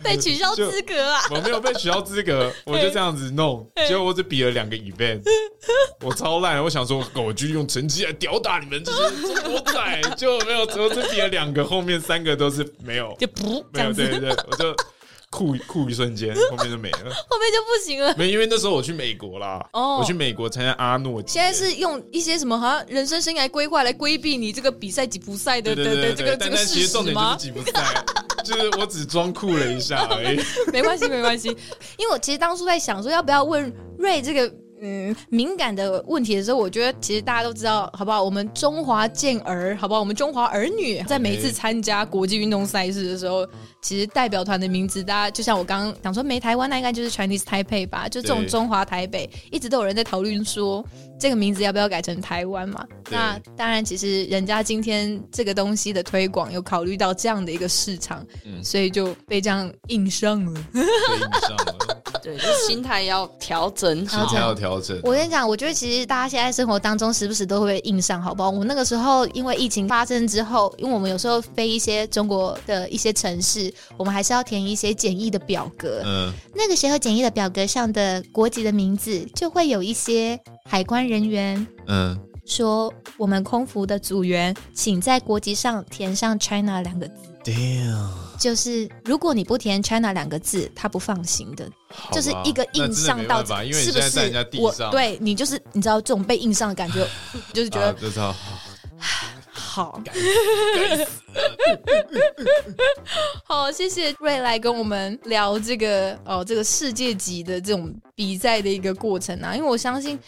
被取消资格啊？我没有被取消资格，我就这样子弄，结果我只比了两个 event，我超烂，我想说，我就用成绩来吊打你们这些中国仔，就没有，我只比了两个，后面三个都是没有，就不没这有，样子，对对对，我就酷酷一瞬间，后面就没了，后面就不行了。没，因为那时候我去美国啦，哦我去美国参加阿诺节，现在是用一些什么好像人生生涯规划来规避你这个比赛及不赛的对。对的对对的这对个，这但个但其事实重实点就是吗？吉普赛，就是我只装酷了一下 而已。没关系，没关系。因为我其实当初在想说要不要问瑞这个嗯敏感的问题的时候，我觉得其实大家都知道，好不好？我们中华健儿，好不好？我们中华儿女在每一次参加国际运动赛事的时候，其实代表团的名字，大家就像我刚刚讲说，没台湾那应该就是 Chinese Taipei 吧，就这种对中华台北，一直都有人在讨论说这个名字要不要改成台湾嘛？对那当然，其实人家今天这个东西的推广有考虑到这样的一个市场，嗯所以就被这样硬上了。对，你知道吗？对，就心态要调整心好态。要调整。 我跟你讲，我觉得其实大家现在生活当中时不时都会印上，好不好？我那个时候因为疫情发生之后，因为我们有时候飞一些中国的一些城市，我们还是要填一些简易的表格。嗯，那个时候简易的表格上的国籍的名字，就会有一些海关人员嗯，说，我们空服的组员，请在国籍上填上 China 两个字。 damn，就是如果你不填 China 两个字，他不放行的。好吧就是一个那印真的象没到办法底因为你是现不在在人家是地我上，对你就是你知道这种 被哎印上的感觉，就是觉啊得就知道好，好，谢谢瑞来跟我们聊这个哦，这个世界级的这种比赛的一个过程啊，因为我相信，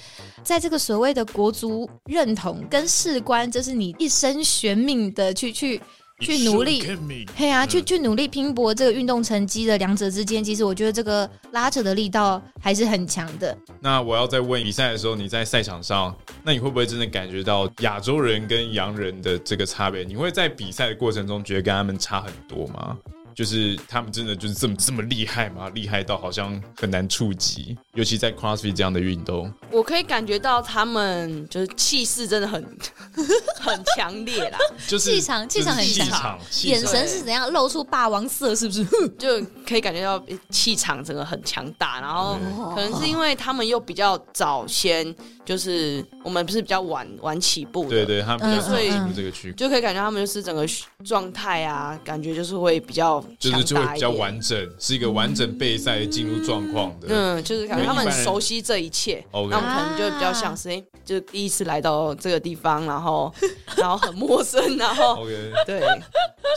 在这个所谓的国足认同跟士官，这是你一生悬命的去去 去努力。嘿啊，嗯去去努力拼搏这个运动成绩的两者之间，其实我觉得这个拉扯的力道还是很强的。那我要再问，比赛的时候你在赛场上，那你会不会真的感觉到亚洲人跟洋人的这个差别？你会在比赛的过程中觉得跟他们差很多吗？就是他们真的就是这么这么厉害吗？厉害到好像很难触及，尤其在 CrossFit 这样的运动。 我可以感觉到他们就是气势真的很 很强烈啦，就是气场就是气场很气强场，气眼场神是怎样露出霸王色，是不是？就可以感觉到气场整个很强大。然后对可能是因为他们又比较早先，就是我们不是比较晚晚起步的，对对，他们比较嗯所以进入这个区，就可以感觉他们就是整个状态啊，感觉就是会比较就是就强会大比一较点完整，是一个完整备赛进入状况的。嗯，就是感觉他们很一般人哦熟悉这一切，然后 OK 可能就比较像是，哎，就是第一次来到这个地方，然 后然后很陌生，然后 OK，对，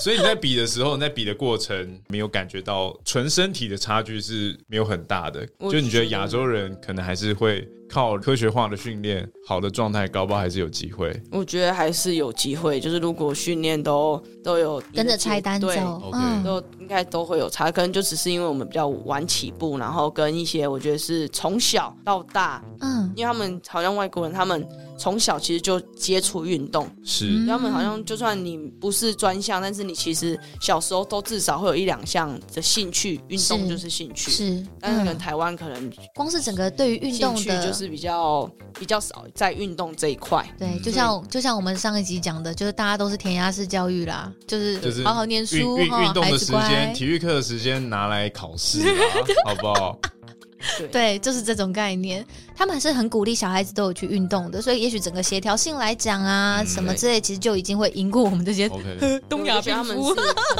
所以你在比的时候，你在比的过程没有感觉到纯身体的差距是没有很大的，我就你觉得觉得亚洲人可能还是会靠科学化的训练，好的状态，高不好还是有机会。我觉得还是有机会，就是如果训练都都有跟着菜单对走 OK，嗯，都应该都会有差，可能就只是因为我们比较晚起步，然后跟一些我觉得是从小到大，嗯，因为他们好像外国人，他们从小其实就接触运动，是嗯他们好嗯像就算你不是专项，但是你其实小时候都至少会有一两项的兴趣，运动是就是兴趣。是，但是可能嗯，台湾可能光是整个对于运兴动趣的，就是比嗯较比较少在运动这一块。对，就像就像我们上一集讲的，就是大家都是填鸭式教育啦，就是就是好好念运书运哈，运动孩的子时乖间，，体育课的时间拿来考 试吧，好不好？对，就是这种概念。他们还是很鼓励小孩子都有去运动的，所以也许整个协调性来讲啊，嗯什么之类，其实就已经会赢过我们这哦些 OK，东亚他们是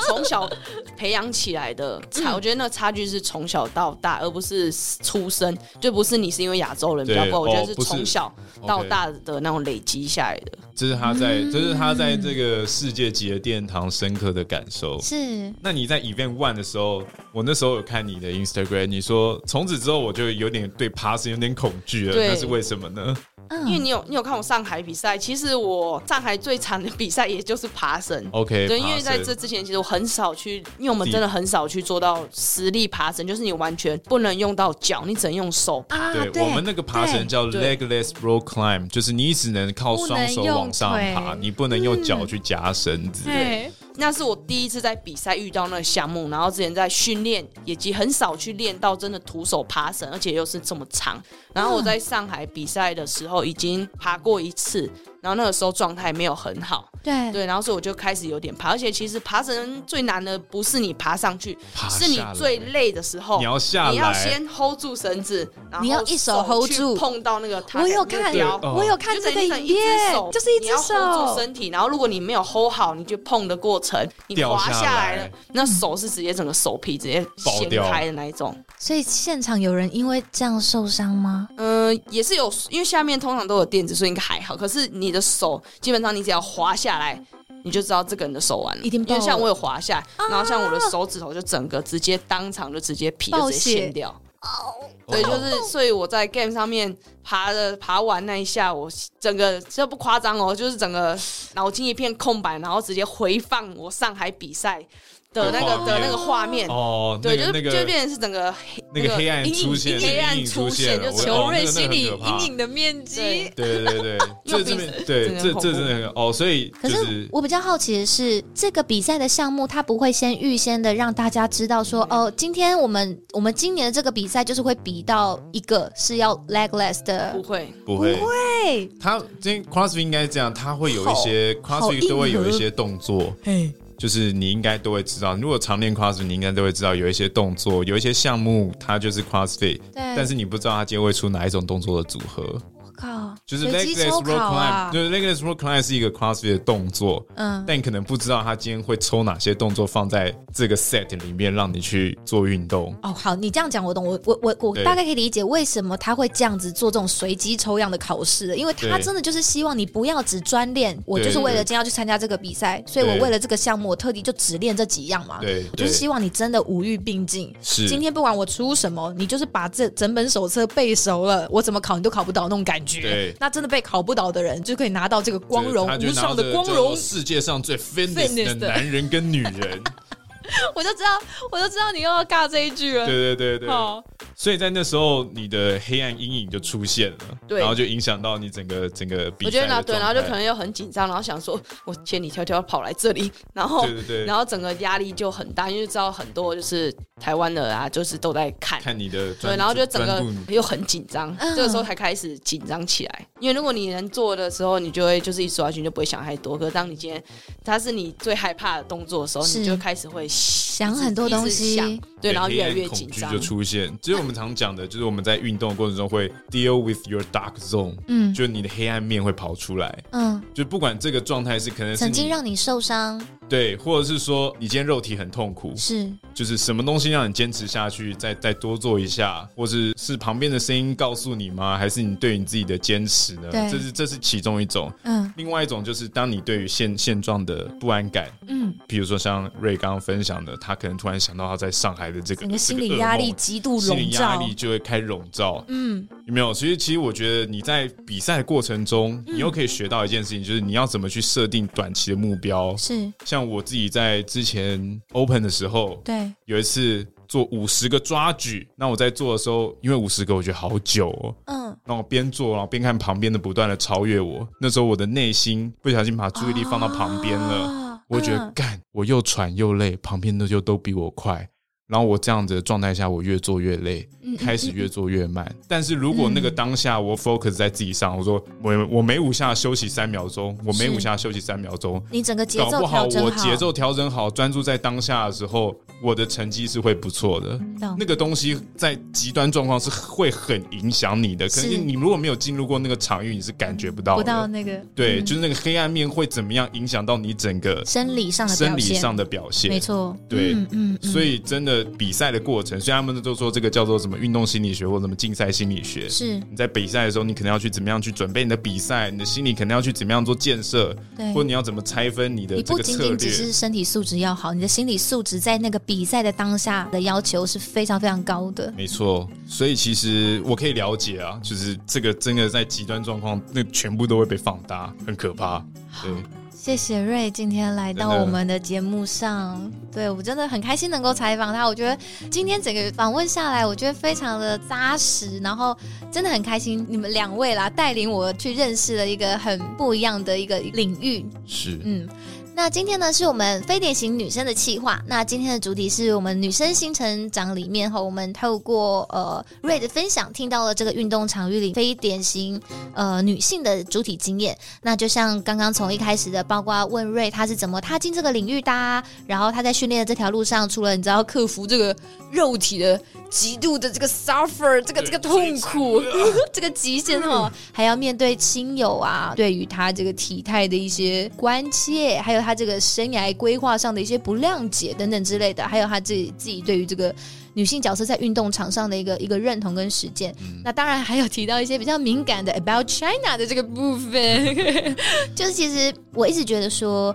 从小培养起来 的差，我觉得那个差距是从小到大，而不是出生，就不是你是因为亚洲人比较对怪，我觉哦得是不是从小到 OK 大的那种累积下来的。这是他在，这是他在这个世界级的殿堂深刻的感受。是那你在 Event One 的时候，我那时候有看你的 Instagram，你说从此之后我就有点对 pass 有点恐惧了，对那是为什么呢？嗯因为你有你有看我上海比赛，其实我上海最惨的比赛也就是爬升。 OK，对，因为在 Parson 这之前，其实我很少去，因为我们真的很少去做到实力爬升，就是你完全不能用到脚，你只能用手。啊，对我们那个爬绳叫对 legless rope climb，就是你只能靠双手往上不能爬，用腿你不能用脚去夹绳子。对，那是我第一次在比赛遇到那个项目，然后之前在训练以及很少去练到真的徒手爬绳，而且又是这么长。然后我在上海比赛的时候已经爬过一次，然后那个时候状态没有很好，对对，然后所以我就开始有点怕。而且其实爬绳最难的不是你爬上去，爬下是来你最累的时候，你要下来你要先 hold 住绳子，然后你要一手 hold 去住碰到那个它我的有目看，标对哦我有看就这等个于影你只片手，，就是一你只要 hold 住手，身体，然后如果你没有 hold 好，你就碰的过程，你掉滑下下来来了，那手是直接整个手皮直接爆掀掉开的那一种。所以现场有人因为这样受伤吗？嗯、也是有，因为下面通常都有垫子，所以应该还好。可是你的手基本上你只要滑下来。你就知道这个人的手完了，一定爆啊因为像我有滑下来，然后像我的手指头就整个直接当场就直接皮就爆直血哦接掀掉，对，哦就是，所以我在 game 上面爬的爬完那一下，我整个这不夸张哦，就是整个脑筋一片空白，然后直接回放我上海比赛的那个的那个画面，哦，对，那个就是那就个变成是整个黑那个黑暗阴影出现，黑那个暗阴影出出现了，就我求哦瑞那个心那个很可怕的面对，对对对对，又这这比边对真的很这这恐真的很哦，所以可就是是我比较好奇的是，这个比赛的项目，它不会先预先的让大家知道说，哦，今天我们我们今年的这个比赛就是会比到一个是要 legless 的不，会，不会，对，他今天 CrossFit 应该这样，他会有一些好 CrossFit 硬都会有一核些动作，嘿，就是你应该都会知道，如果常练 CrossFit，你应该都会知道有一些动作，有一些项目它就是 CrossFit，但是你不知道它今天会出哪一种动作的组合。靠，就是 l 随 e 机 g l e s 抽 s rock 考 climb，啊就，是 l e g l e s s rock climb 是一个 CrossFit 的动作，嗯，但你可能不知道他今天会抽哪些动作放在这个 set 里面让你去做运动。哦，好，你这样讲我懂，我我我我对大概可以理解为什么他会这样子做这种随机抽样的考试了，因为他对真的就是希望你不要只专练，我对就是为了对今天要去参加这个比赛，所以我对为了这个项目，我特地就只练这几样嘛，对，我就是希望望你真的五育并进。是今天不管我出什么，你就是把这整本手册背熟了，我怎么考你都考不倒那种感觉对。那真的被考不倒的人，就可以拿到这个光荣他就无拿上着的光叫做荣。世界上最 Fitness fitness 的的男人跟女人。 我就知道，我就知道你又要尬这一句了。对对对对，好，所以在那时候你的黑暗阴影就出现了，对然后就影响到你整个整个比我觉得赛的呢，对，然后就可状态能又很紧张，然后想说，我千里迢迢跑来这里，然后对对对然后整个压力就很大，因为知道很多就是台湾的啊，就是都在看，看你的对，专然后就整专个注又很紧张，嗯这个时候才开始紧张起来。因为如果你能做的时候，你就会就是一手下去，你就不会想太多。可是当你今天它是你最害怕的动作的时候，是你就开始会想想很多东西，对，然后黑越来暗越恐紧惧张就。出现。就是我们常讲的，就是我们在运动的过程中会 deal with your dark zone，嗯就是你的黑暗面会跑出来。嗯，就不管这个状态是可能是曾你经让你受伤对，或者是说你今天肉体很痛苦，是就是什么东西让你坚持下去，再再多做一下，或是是旁边的声音告诉你吗？还是你对你自己的坚持呢？对这是这是其中一种。嗯另外一种就是当你对于现现状的不安感，嗯，比如说像瑞刚刚分享的，他可能突然想到他在上海的这个整个心理这压噩力梦极度心理笼压罩，力就会开始笼罩。嗯有没有？其实，其实我觉得你在比赛的过程中，嗯你又可以学到一件事情，就是你要怎么去设定短期的目标。是像我自己在之前 open 的时候，对，有一次做五十个抓举，那我在做的时候，因为五十个我觉得好久哦，嗯然后我边做，然后边看旁边的不断的超越我。那时候我的内心不小心把注意力放到旁边了，啊我会觉得嗯干，我又喘又累，旁边的就都比我快。然后我这样子的状态下，我越做越累，开始越做越慢。但是如果那个当下我 focus 在自己上，我说我我每五下休息三秒钟，我每是五下休息三秒钟，你整个节搞奏不好调整我节奏调整好，专注在当下的时候，我的成绩是会不错的。懂那个东西在极端状况是会很影响你的，可是是你如果没有进入过那个场域，你是感觉不到不的。到那个对，嗯就是那个黑暗面会怎么样影响到你整个生理上的生表理现，上的表现？没。错，对嗯嗯，嗯所以真的比赛的过程，虽然他们都说这个叫做什么运动心理学或什么竞赛心理学，是你在比赛的时候，你可能要去怎么样去准备你的比赛，你的心理可能要去怎么样做建设，对或者你要怎么拆分你的你这不个仅策略。仅只是身体素质要好，你的心理素质在那个比赛的当下的要求是非常非常高的。没错，所以其实我可以了解啊，就是这个真的在极端状况，那全部都会被放大，很可怕。对，谢谢瑞今天来真到的我们的节目上，对我真的很开心能够采访他。我觉得今天整个访问下来，我觉得非常的扎实，然后真的很开心你们两位啦，带领我去认识了一个很不一样的一个领域。是嗯，那今天呢是我们非典型女生的企划。那今天的主题是我们女生新成长里面哈，我们透过呃瑞的分享，听到了这个运动场域里非典型呃女性的主体经验。那就像刚刚从一开始的，包括问瑞她是怎么踏进这个领域的、啊，然后她在训练的这条路上，除了你知道克服这个肉体的极度的这个 suffer，这个这个痛苦， 这个极限哦，还要面对亲友啊，对于他这个体态的一些关切，还有他这个生涯规划上的一些不谅解等等之类的，还有他自己自己对于这个女性角色在运动场上的一个一个认同跟实践。那当然还有提到一些比较敏感的 about China 的这个部分，就是其实我一直觉得说。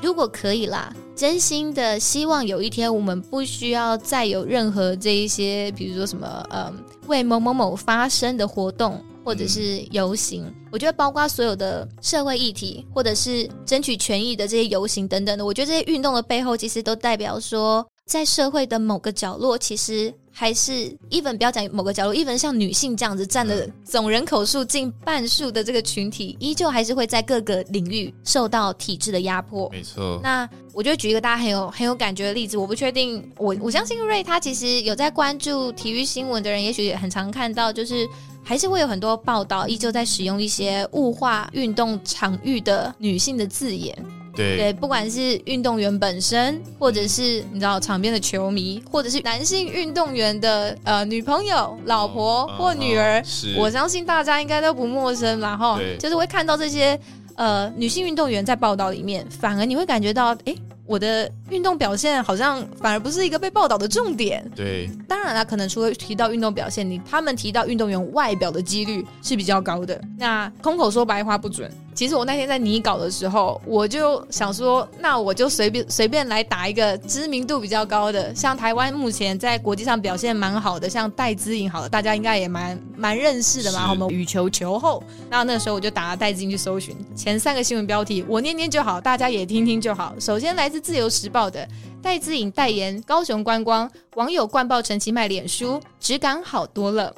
如果可以啦，真心的希望有一天我们不需要再有任何这一些，比如说什么，嗯，为某某某发声的活动或者是游行。我觉得包括所有的社会议题，或者是争取权益的这些游行等等的，我觉得这些运动的背后其实都代表说，在社会的某个角落，其实。还是 even 不要讲某个角落，even 像女性这样子占的总人口数近半数的这个群体，依旧还是会在各个领域受到体制的压迫。没错，那我就举一个大家很有很有感觉的例子，我不确定，我我相信瑞他其实有在关注体育新闻的人，也许也很常看到，就是还是会有很多报道依旧在使用一些物化运动场域的女性的字眼。对对，不管是运动员本身，或者是你知道场边的球迷，或者是男性运动员的呃女朋友、老婆嗯或嗯女儿嗯，是我相信大家应该都不陌生啦哈对。就是会看到这些呃女性运动员在报道里面，反而你会感觉到，哎，我的运动表现好像反而不是一个被报道的重点。对当然啦，可能除了提到运动表现，你他们提到运动员外表的几率是比较高的。那空口说白话不准。其实我那天在拟稿的时候，我就想说，那我就随便随便来打一个知名度比较高的，像台湾目前在国际上表现蛮好的，像戴资颖，好了，大家应该也蛮蛮认识的嘛。是我们羽球球后，那那时候我就打了戴资颖去搜寻前三个新闻标题，我念念就好，大家也听听就好。首先来自《自由时报》的戴资颖代言高雄观光，网友灌爆陈其迈脸书，质感好多了。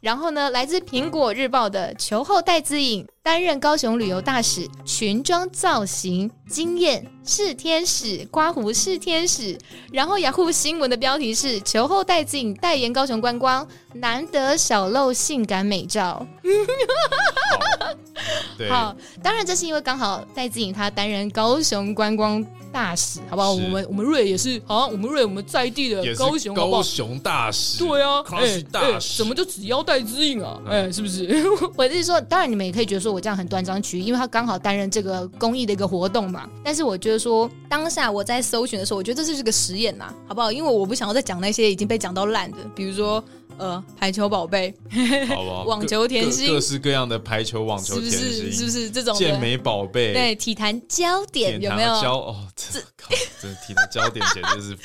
然后呢，来自《嗯苹果日报》的球后戴资颖担任高雄旅游大使，裙装造型惊艳，是天使，刮胡是天使。然后雅虎新闻的标题是“球后戴资颖代言高雄观光，难得小露性感美照”。对，好，当然这是因为刚好戴资颖她担任高雄观光大使，好不好？我是们我们瑞也是，好、啊，我们瑞我们在地的也是高雄，好不高好？雄大使，对啊，哎、 ，Crush 大嗯哎使怎么就只要戴资颖啊？哎、是不是？ 我是说，当然你们也可以觉得说我这样很断章取义，因为他刚好担任这个公益的一个活动嘛。但是我觉得说，当下我在搜寻的时候，我觉得这就是个实验呐、好不好？因为我不想要再讲那些已经被讲到烂的，比如说呃排球 宝贝、好不好？网各球甜各心各式各样的排球、网是球不甜是？是心不，是这种的健美宝贝，对体坛焦点点有糖没有？焦哦，这靠，这体坛焦点简直 是是不是？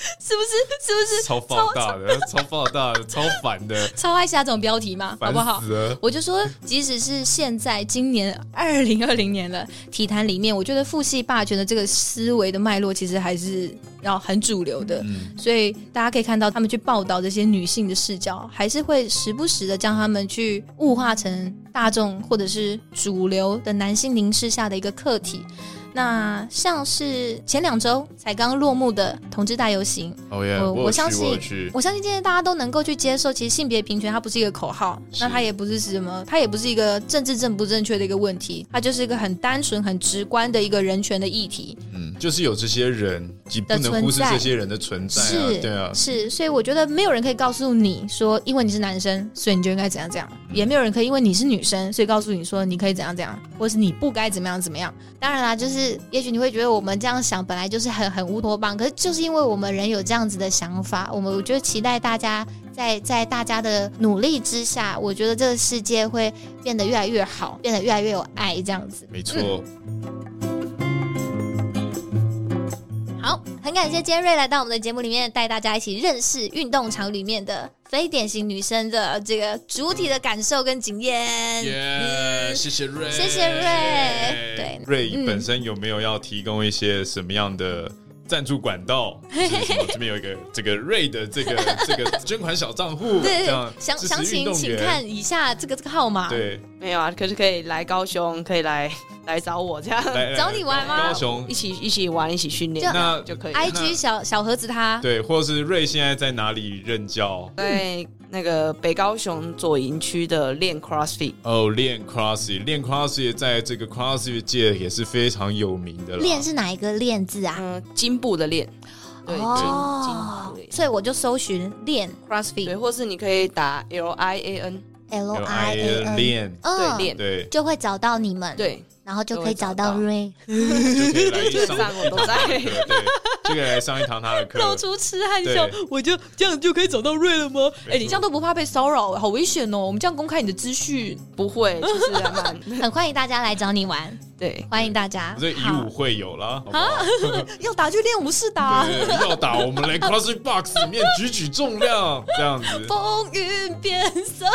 是不是超爆大的，超爆大的，超烦的，超爱下这种标题嘛？好烦不好？死了。我就说，即使是现在今年二零二零年了，体坛里面，我觉得父系霸权的这个思维的脉络，其实还是要很主流的。嗯，所以大家可以看到，他们去报道这些女性的视角，还是会时不时的将他们去物化成大众或者是主流的男性凝视下的一个客体。那像是前两周才刚落幕的同志大游行，哦耶，我有我去相信我有去，我相信今天大家都能够去接受，其实性别平权它不是一个口号，是那它也不是什么，它也不是一个政治正不正确的一个问题，它就是一个很单纯、很直观的一个人权的议题。嗯，就是有这些人，你不的能存忽视在这些人的存在啊，是，对啊，是，所以我觉得没有人可以告诉你说，因为你是男生，所以你就应该怎样怎样，也没有人可以因为你是女生，所以告诉你说你可以怎样怎样，或是你不该怎么样怎么样。当然啦，就是也许你会觉得我们这样想本来就是很很乌托邦，可是就是因为我们人有这样子的想法，我们我觉得期待大家。在在大家的努力之下，我觉得这个世界会变得越来越好，变得越来越有爱，这样子。没错，好，很感谢尖锐来到我们的节目里面，带大家一起认识运动场里面的非典型女生的这个主体的感受跟经嗯验。嗯耶，谢谢瑞，谢谢瑞对瑞嗯本身有没有要提供一些什么样的赞助管道？是什 么这边有一个这个瑞的这个这个捐款小账户， 这对样详支持详运情动请员看以下这个这个号码。对，没有啊，可是可以来高雄，可以来来找我这样，来来找你玩吗高雄一起一起玩，一起训练就那就可以了。 ，IG 小小盒子他对，或是瑞现在在哪里任教？在那个北高雄左营区的练 CrossFit，哦，练 CrossFit，练 CrossFit 在这个 CrossFit 界也是非常有名的啦。练是哪一个练字啊？嗯、金步的练，嗯对，金金步哦的，练，所以我就搜寻练 CrossFit 对，或是你可以打 L I A N， L L I I A N N，练，哦嗯对，练，对，就会找到你们，，对，然后就可以找就到会找到 Ray。就可以来基本 上上我都在。对， 就可以来上一堂他的课。露出痴汉笑对，我就这样就可以找到瑞了吗？没错哎、你这样都不怕被骚扰，好危险哦！我们这样公开你的资讯，不会，就是还蛮很欢迎大家来找你玩，对，欢迎大家。这以武会友啦，好不好？要打就练武士打。对，要打我们来 CrossFit Box 里面举举重量这样子。 风云变色。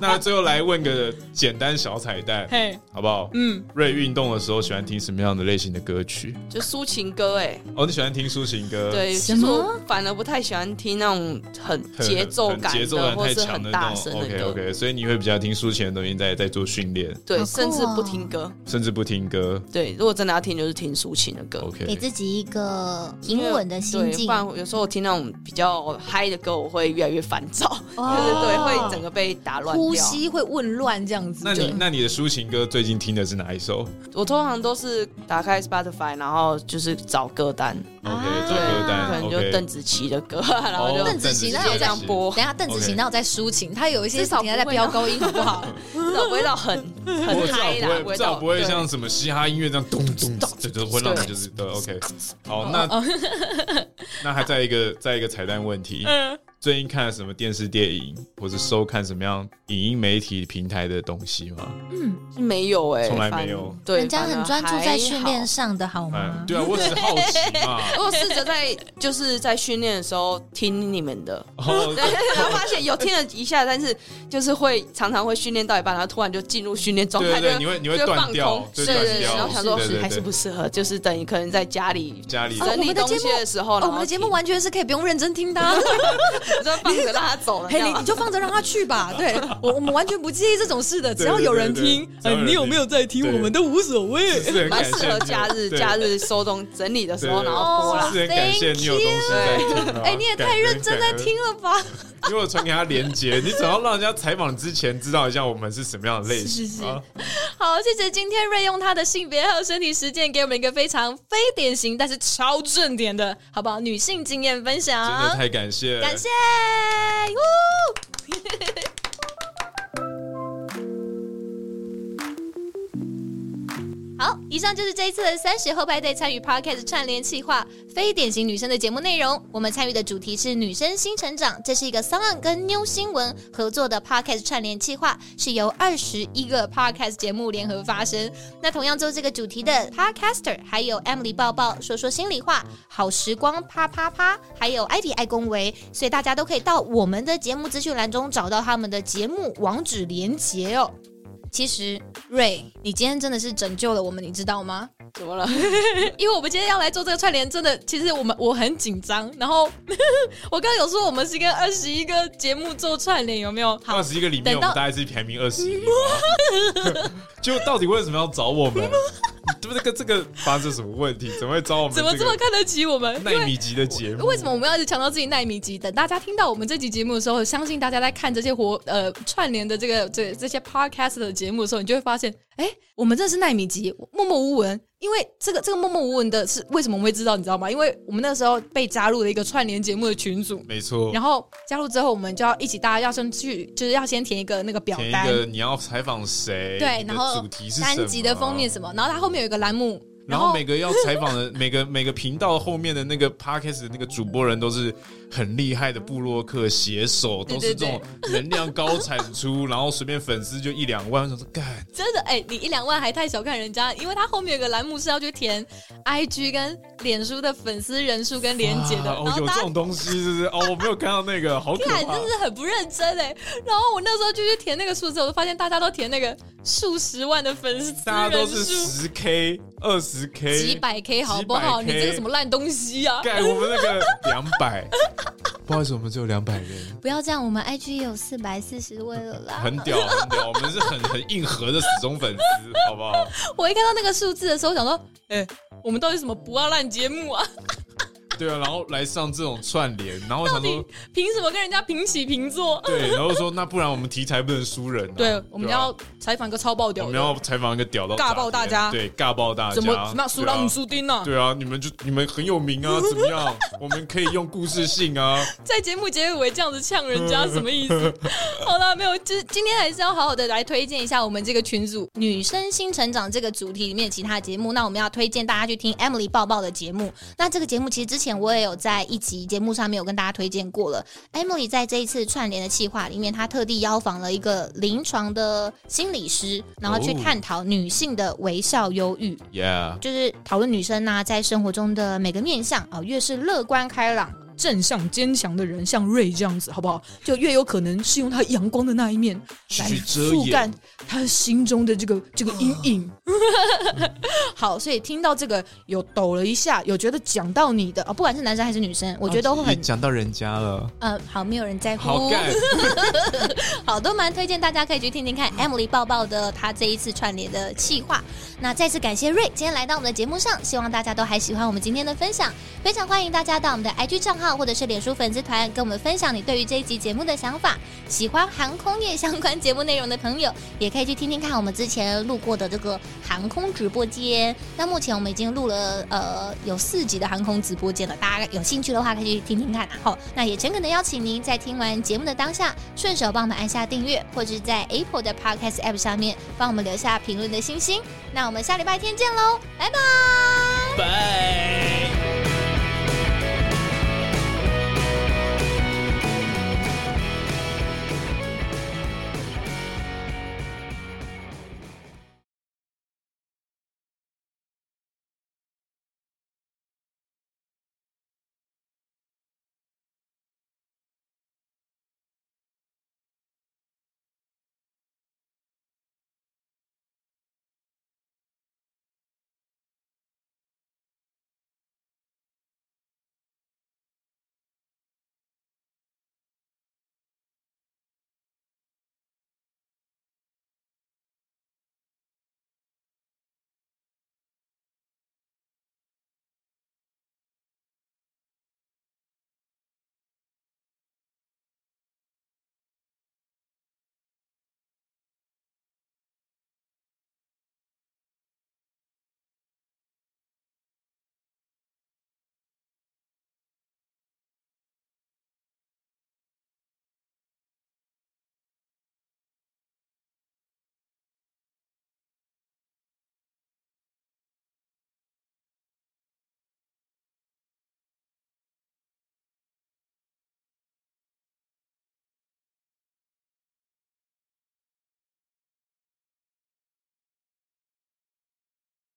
那最后来问个简单小彩蛋，嘿，好不好？嗯，瑞运动的时候喜欢听什么样的类型的歌曲？就抒情歌哎，哦，你喜欢听抒情歌？，对，什其么实我反而不太喜欢听那种很节奏感节奏的，感或太是强的很那大种声。的 OK 歌， OK，所以你会比较听抒情的东西在在做训练，对，好酷甚至哦不听歌。甚至不听歌。对，如果真的要听，就是听抒情的歌。 OK，给自己一个平稳的心对，境不，然有时候我听那种比较嗨的歌，我会越来越烦躁，哦 就是对，会整个被打乱掉。呼吸会混乱这样子。那你对那你的抒情歌最近听的是哪一收我通常都是打开 Spotify，然后就是找歌单， ？OK，啊对，找歌可单能就，OK，邓紫棋的歌， 然后就哦邓紫棋那有这样播等一下邓紫 OK 棋那有在抒情，她有一些至少你还在不会啊飙高音好不好？ 至少不会 到很我很至嗨啦，少不会，至到少不会对像什么嘻哈音乐这样咚咚，这就是会让你就是对 OK。好，哦那 那还在一个在一个彩蛋问题，嗯最近看了什么电视电影，或是收看什么样影音媒体平台的东西吗？ 没有哎，从来反没有对，人家反而很专注在训还练 好。上的好嗯，吗？对啊，我只是好奇 嘛。我有试着在就是在训练的时候听你们的，哦对， 然后发现有听了一下，但是就是会常常会训练到一半，然后突然就进入训练状态，对对就你会你会就断放掉空对对断对，掉然后想说是对对对还是不适合，就是等于可能在家里家里整理东西的时候，哦，然后我们的节目听完全是可以不用认真听的啊， 你 就放着让他走了，嘿，这你样吗你就放着让他去 吧。对我，我们完全不介意这种事的，只要有人听，对对对对只哎要有人听你有没有在听，对我们都无所谓。是很蛮感适谢合假日对假日收东整理的时候，对然后播啦。哦是很感谢你有东西在听 啊。哎，你也太认真在听了吧？ 感恩，因为我传给他连接，你总要让人家采访之前知道一下我们是什么样的类型。是是啊好，谢谢今天瑞用他的性别还有身体实践，给我们一个非常非典型但是超正点的，好不好？女性经验分真的享，太感谢，感谢。呜 好，以上就是这一次的三十后派对参与 Podcast 串联企划非典型女生的节目内容。我们参与的主题是女生新成长，这是一个桑岸跟妞新闻合作的 Podcast 串联企划，是由二十一个 Podcast 节目联合发声。那同样做这个主题的 Podcaster 还有 Emily 抱抱说说心里话、好时光啪啪啪，还有艾比爱恭维，所以大家都可以到我们的节目资讯栏中找到他们的节目网址连结哦。其实瑞，你今天真的是拯救了我们，你知道吗？怎么了？因为我们今天要来做这个串联，真的，其实我们我很紧张。然后 我刚刚有说我们是跟二十一个节目做串联，有没有？好二，十一个里面，等我到们大概是排名二十一。 就到底为什么要找我们？ 你对不对？跟这个发生什么问题？怎么会找我们？怎么这么看得起我们？因耐为米级的节目？为什么我们要一直强调自己耐米级？等大家听到我们这期节目的时候，相信大家在看这些活呃串联的这个这这些 podcast 的节目的时候，你就会发现，哎，我们真的是耐米级，默默无闻。因为这个这个默默无闻的是为什么我们会知道，你知道吗？因为我们那时候被加入了一个串联节目的群组，没错，然后加入之后，我们就要一起，大家要先去，就是要先填一个那个表填一单，个你要采访谁？对，你的然后主题是什么单集的封面。什么，然后它后面有一个栏目，然后每个要采访的每个每个频道后面的那个 podcast 的那个主播人都是很厉害的布洛克写手，都是这种能量高产出，然后随便粉丝就一两万，我想说干真的，哎、你一两万还太小看人家，因为它后面有个栏目是要去填 IG 跟脸书的粉丝人数跟连接的，啊然哦，后有大这家种东西是不是？哦，我没有看到那个，好可看怕真。是很不认真哎、然后我那时候就去填那个数字，我就发现大家都填那个数十万的粉丝人数，大家都是十 K、二十 K、几百 K 好不好？几你百 K 这个什么烂东 西啊！盖我们那个两百，不好意思，我们只有两百人，不要这样，我们 IG 也有四百四十位了啦。很屌，很屌，我们是很很硬核的死忠粉丝，好不好？我一看到那个数字的时候，想说，哎、我们到底什么不要烂节目啊？ 对啊，然后来上这种串联，然后我想说，凭什么跟人家平起平坐？对，然后说那不然我们题材不能输人、啊，对，我们对吧要采访一个超爆我屌们的，要采访一个屌到尬爆大家对，尬爆大家，怎么什么苏拉姆对啊苏丁呢？对啊，你们就你们很有名 啊，怎么样？我们可以用故事性啊，在节目结尾这样子呛人家，什么 意思？好了，没有，就是今天还是要好好的来推荐一下我们这个群组“女生新成长”这个主题里面其他节目。那我们要推荐大家去听 Emily 抱抱的节目。那这个节目其实之前我也有在一集节目上面有跟大家推荐过了。Emily 在这一次串联的企划里面，她特地邀访了一个临床的心理师，然后去哦探讨女性的微笑忧郁。 ，Yeah，就是讨论女生啊呐、在生活中的每个面向哦啊、越是乐观开朗，正向坚强的人，像瑞这样子，好不好？就越有可能是用他阳光的那一面来去遮覆盖掩，他心中的这个这个阴 影。好，所以听到这个有抖了一下，有觉得讲到你的啊、不管是男生还是女生，我觉得都会很、哦讲到人家了，呃，好，没有人在好乎，干。好，都蛮推荐大家可以去听听看 Emily 抱抱的她这一次串联的企划。那再次感谢瑞今天来到我们的节目上，希望大家都还喜欢我们今天的分享。非常欢迎大家到我们的 IG 账号号或者是脸书粉丝团，跟我们分享你对于这一集节目的想法。喜欢航空业相关节目内容的朋友，也可以去听听看我们之前录过的这个航空直播间。那目前我们已经录了呃有四集的航空直播间了，大家有兴趣的话可以去听听看。好，那也诚恳的邀请您在听完节目的当下，顺手帮我们按下订阅，或者是在 Apple 的 Podcast App 上面帮我们留下评论的星星。那我们下礼拜天见喽，拜拜。拜。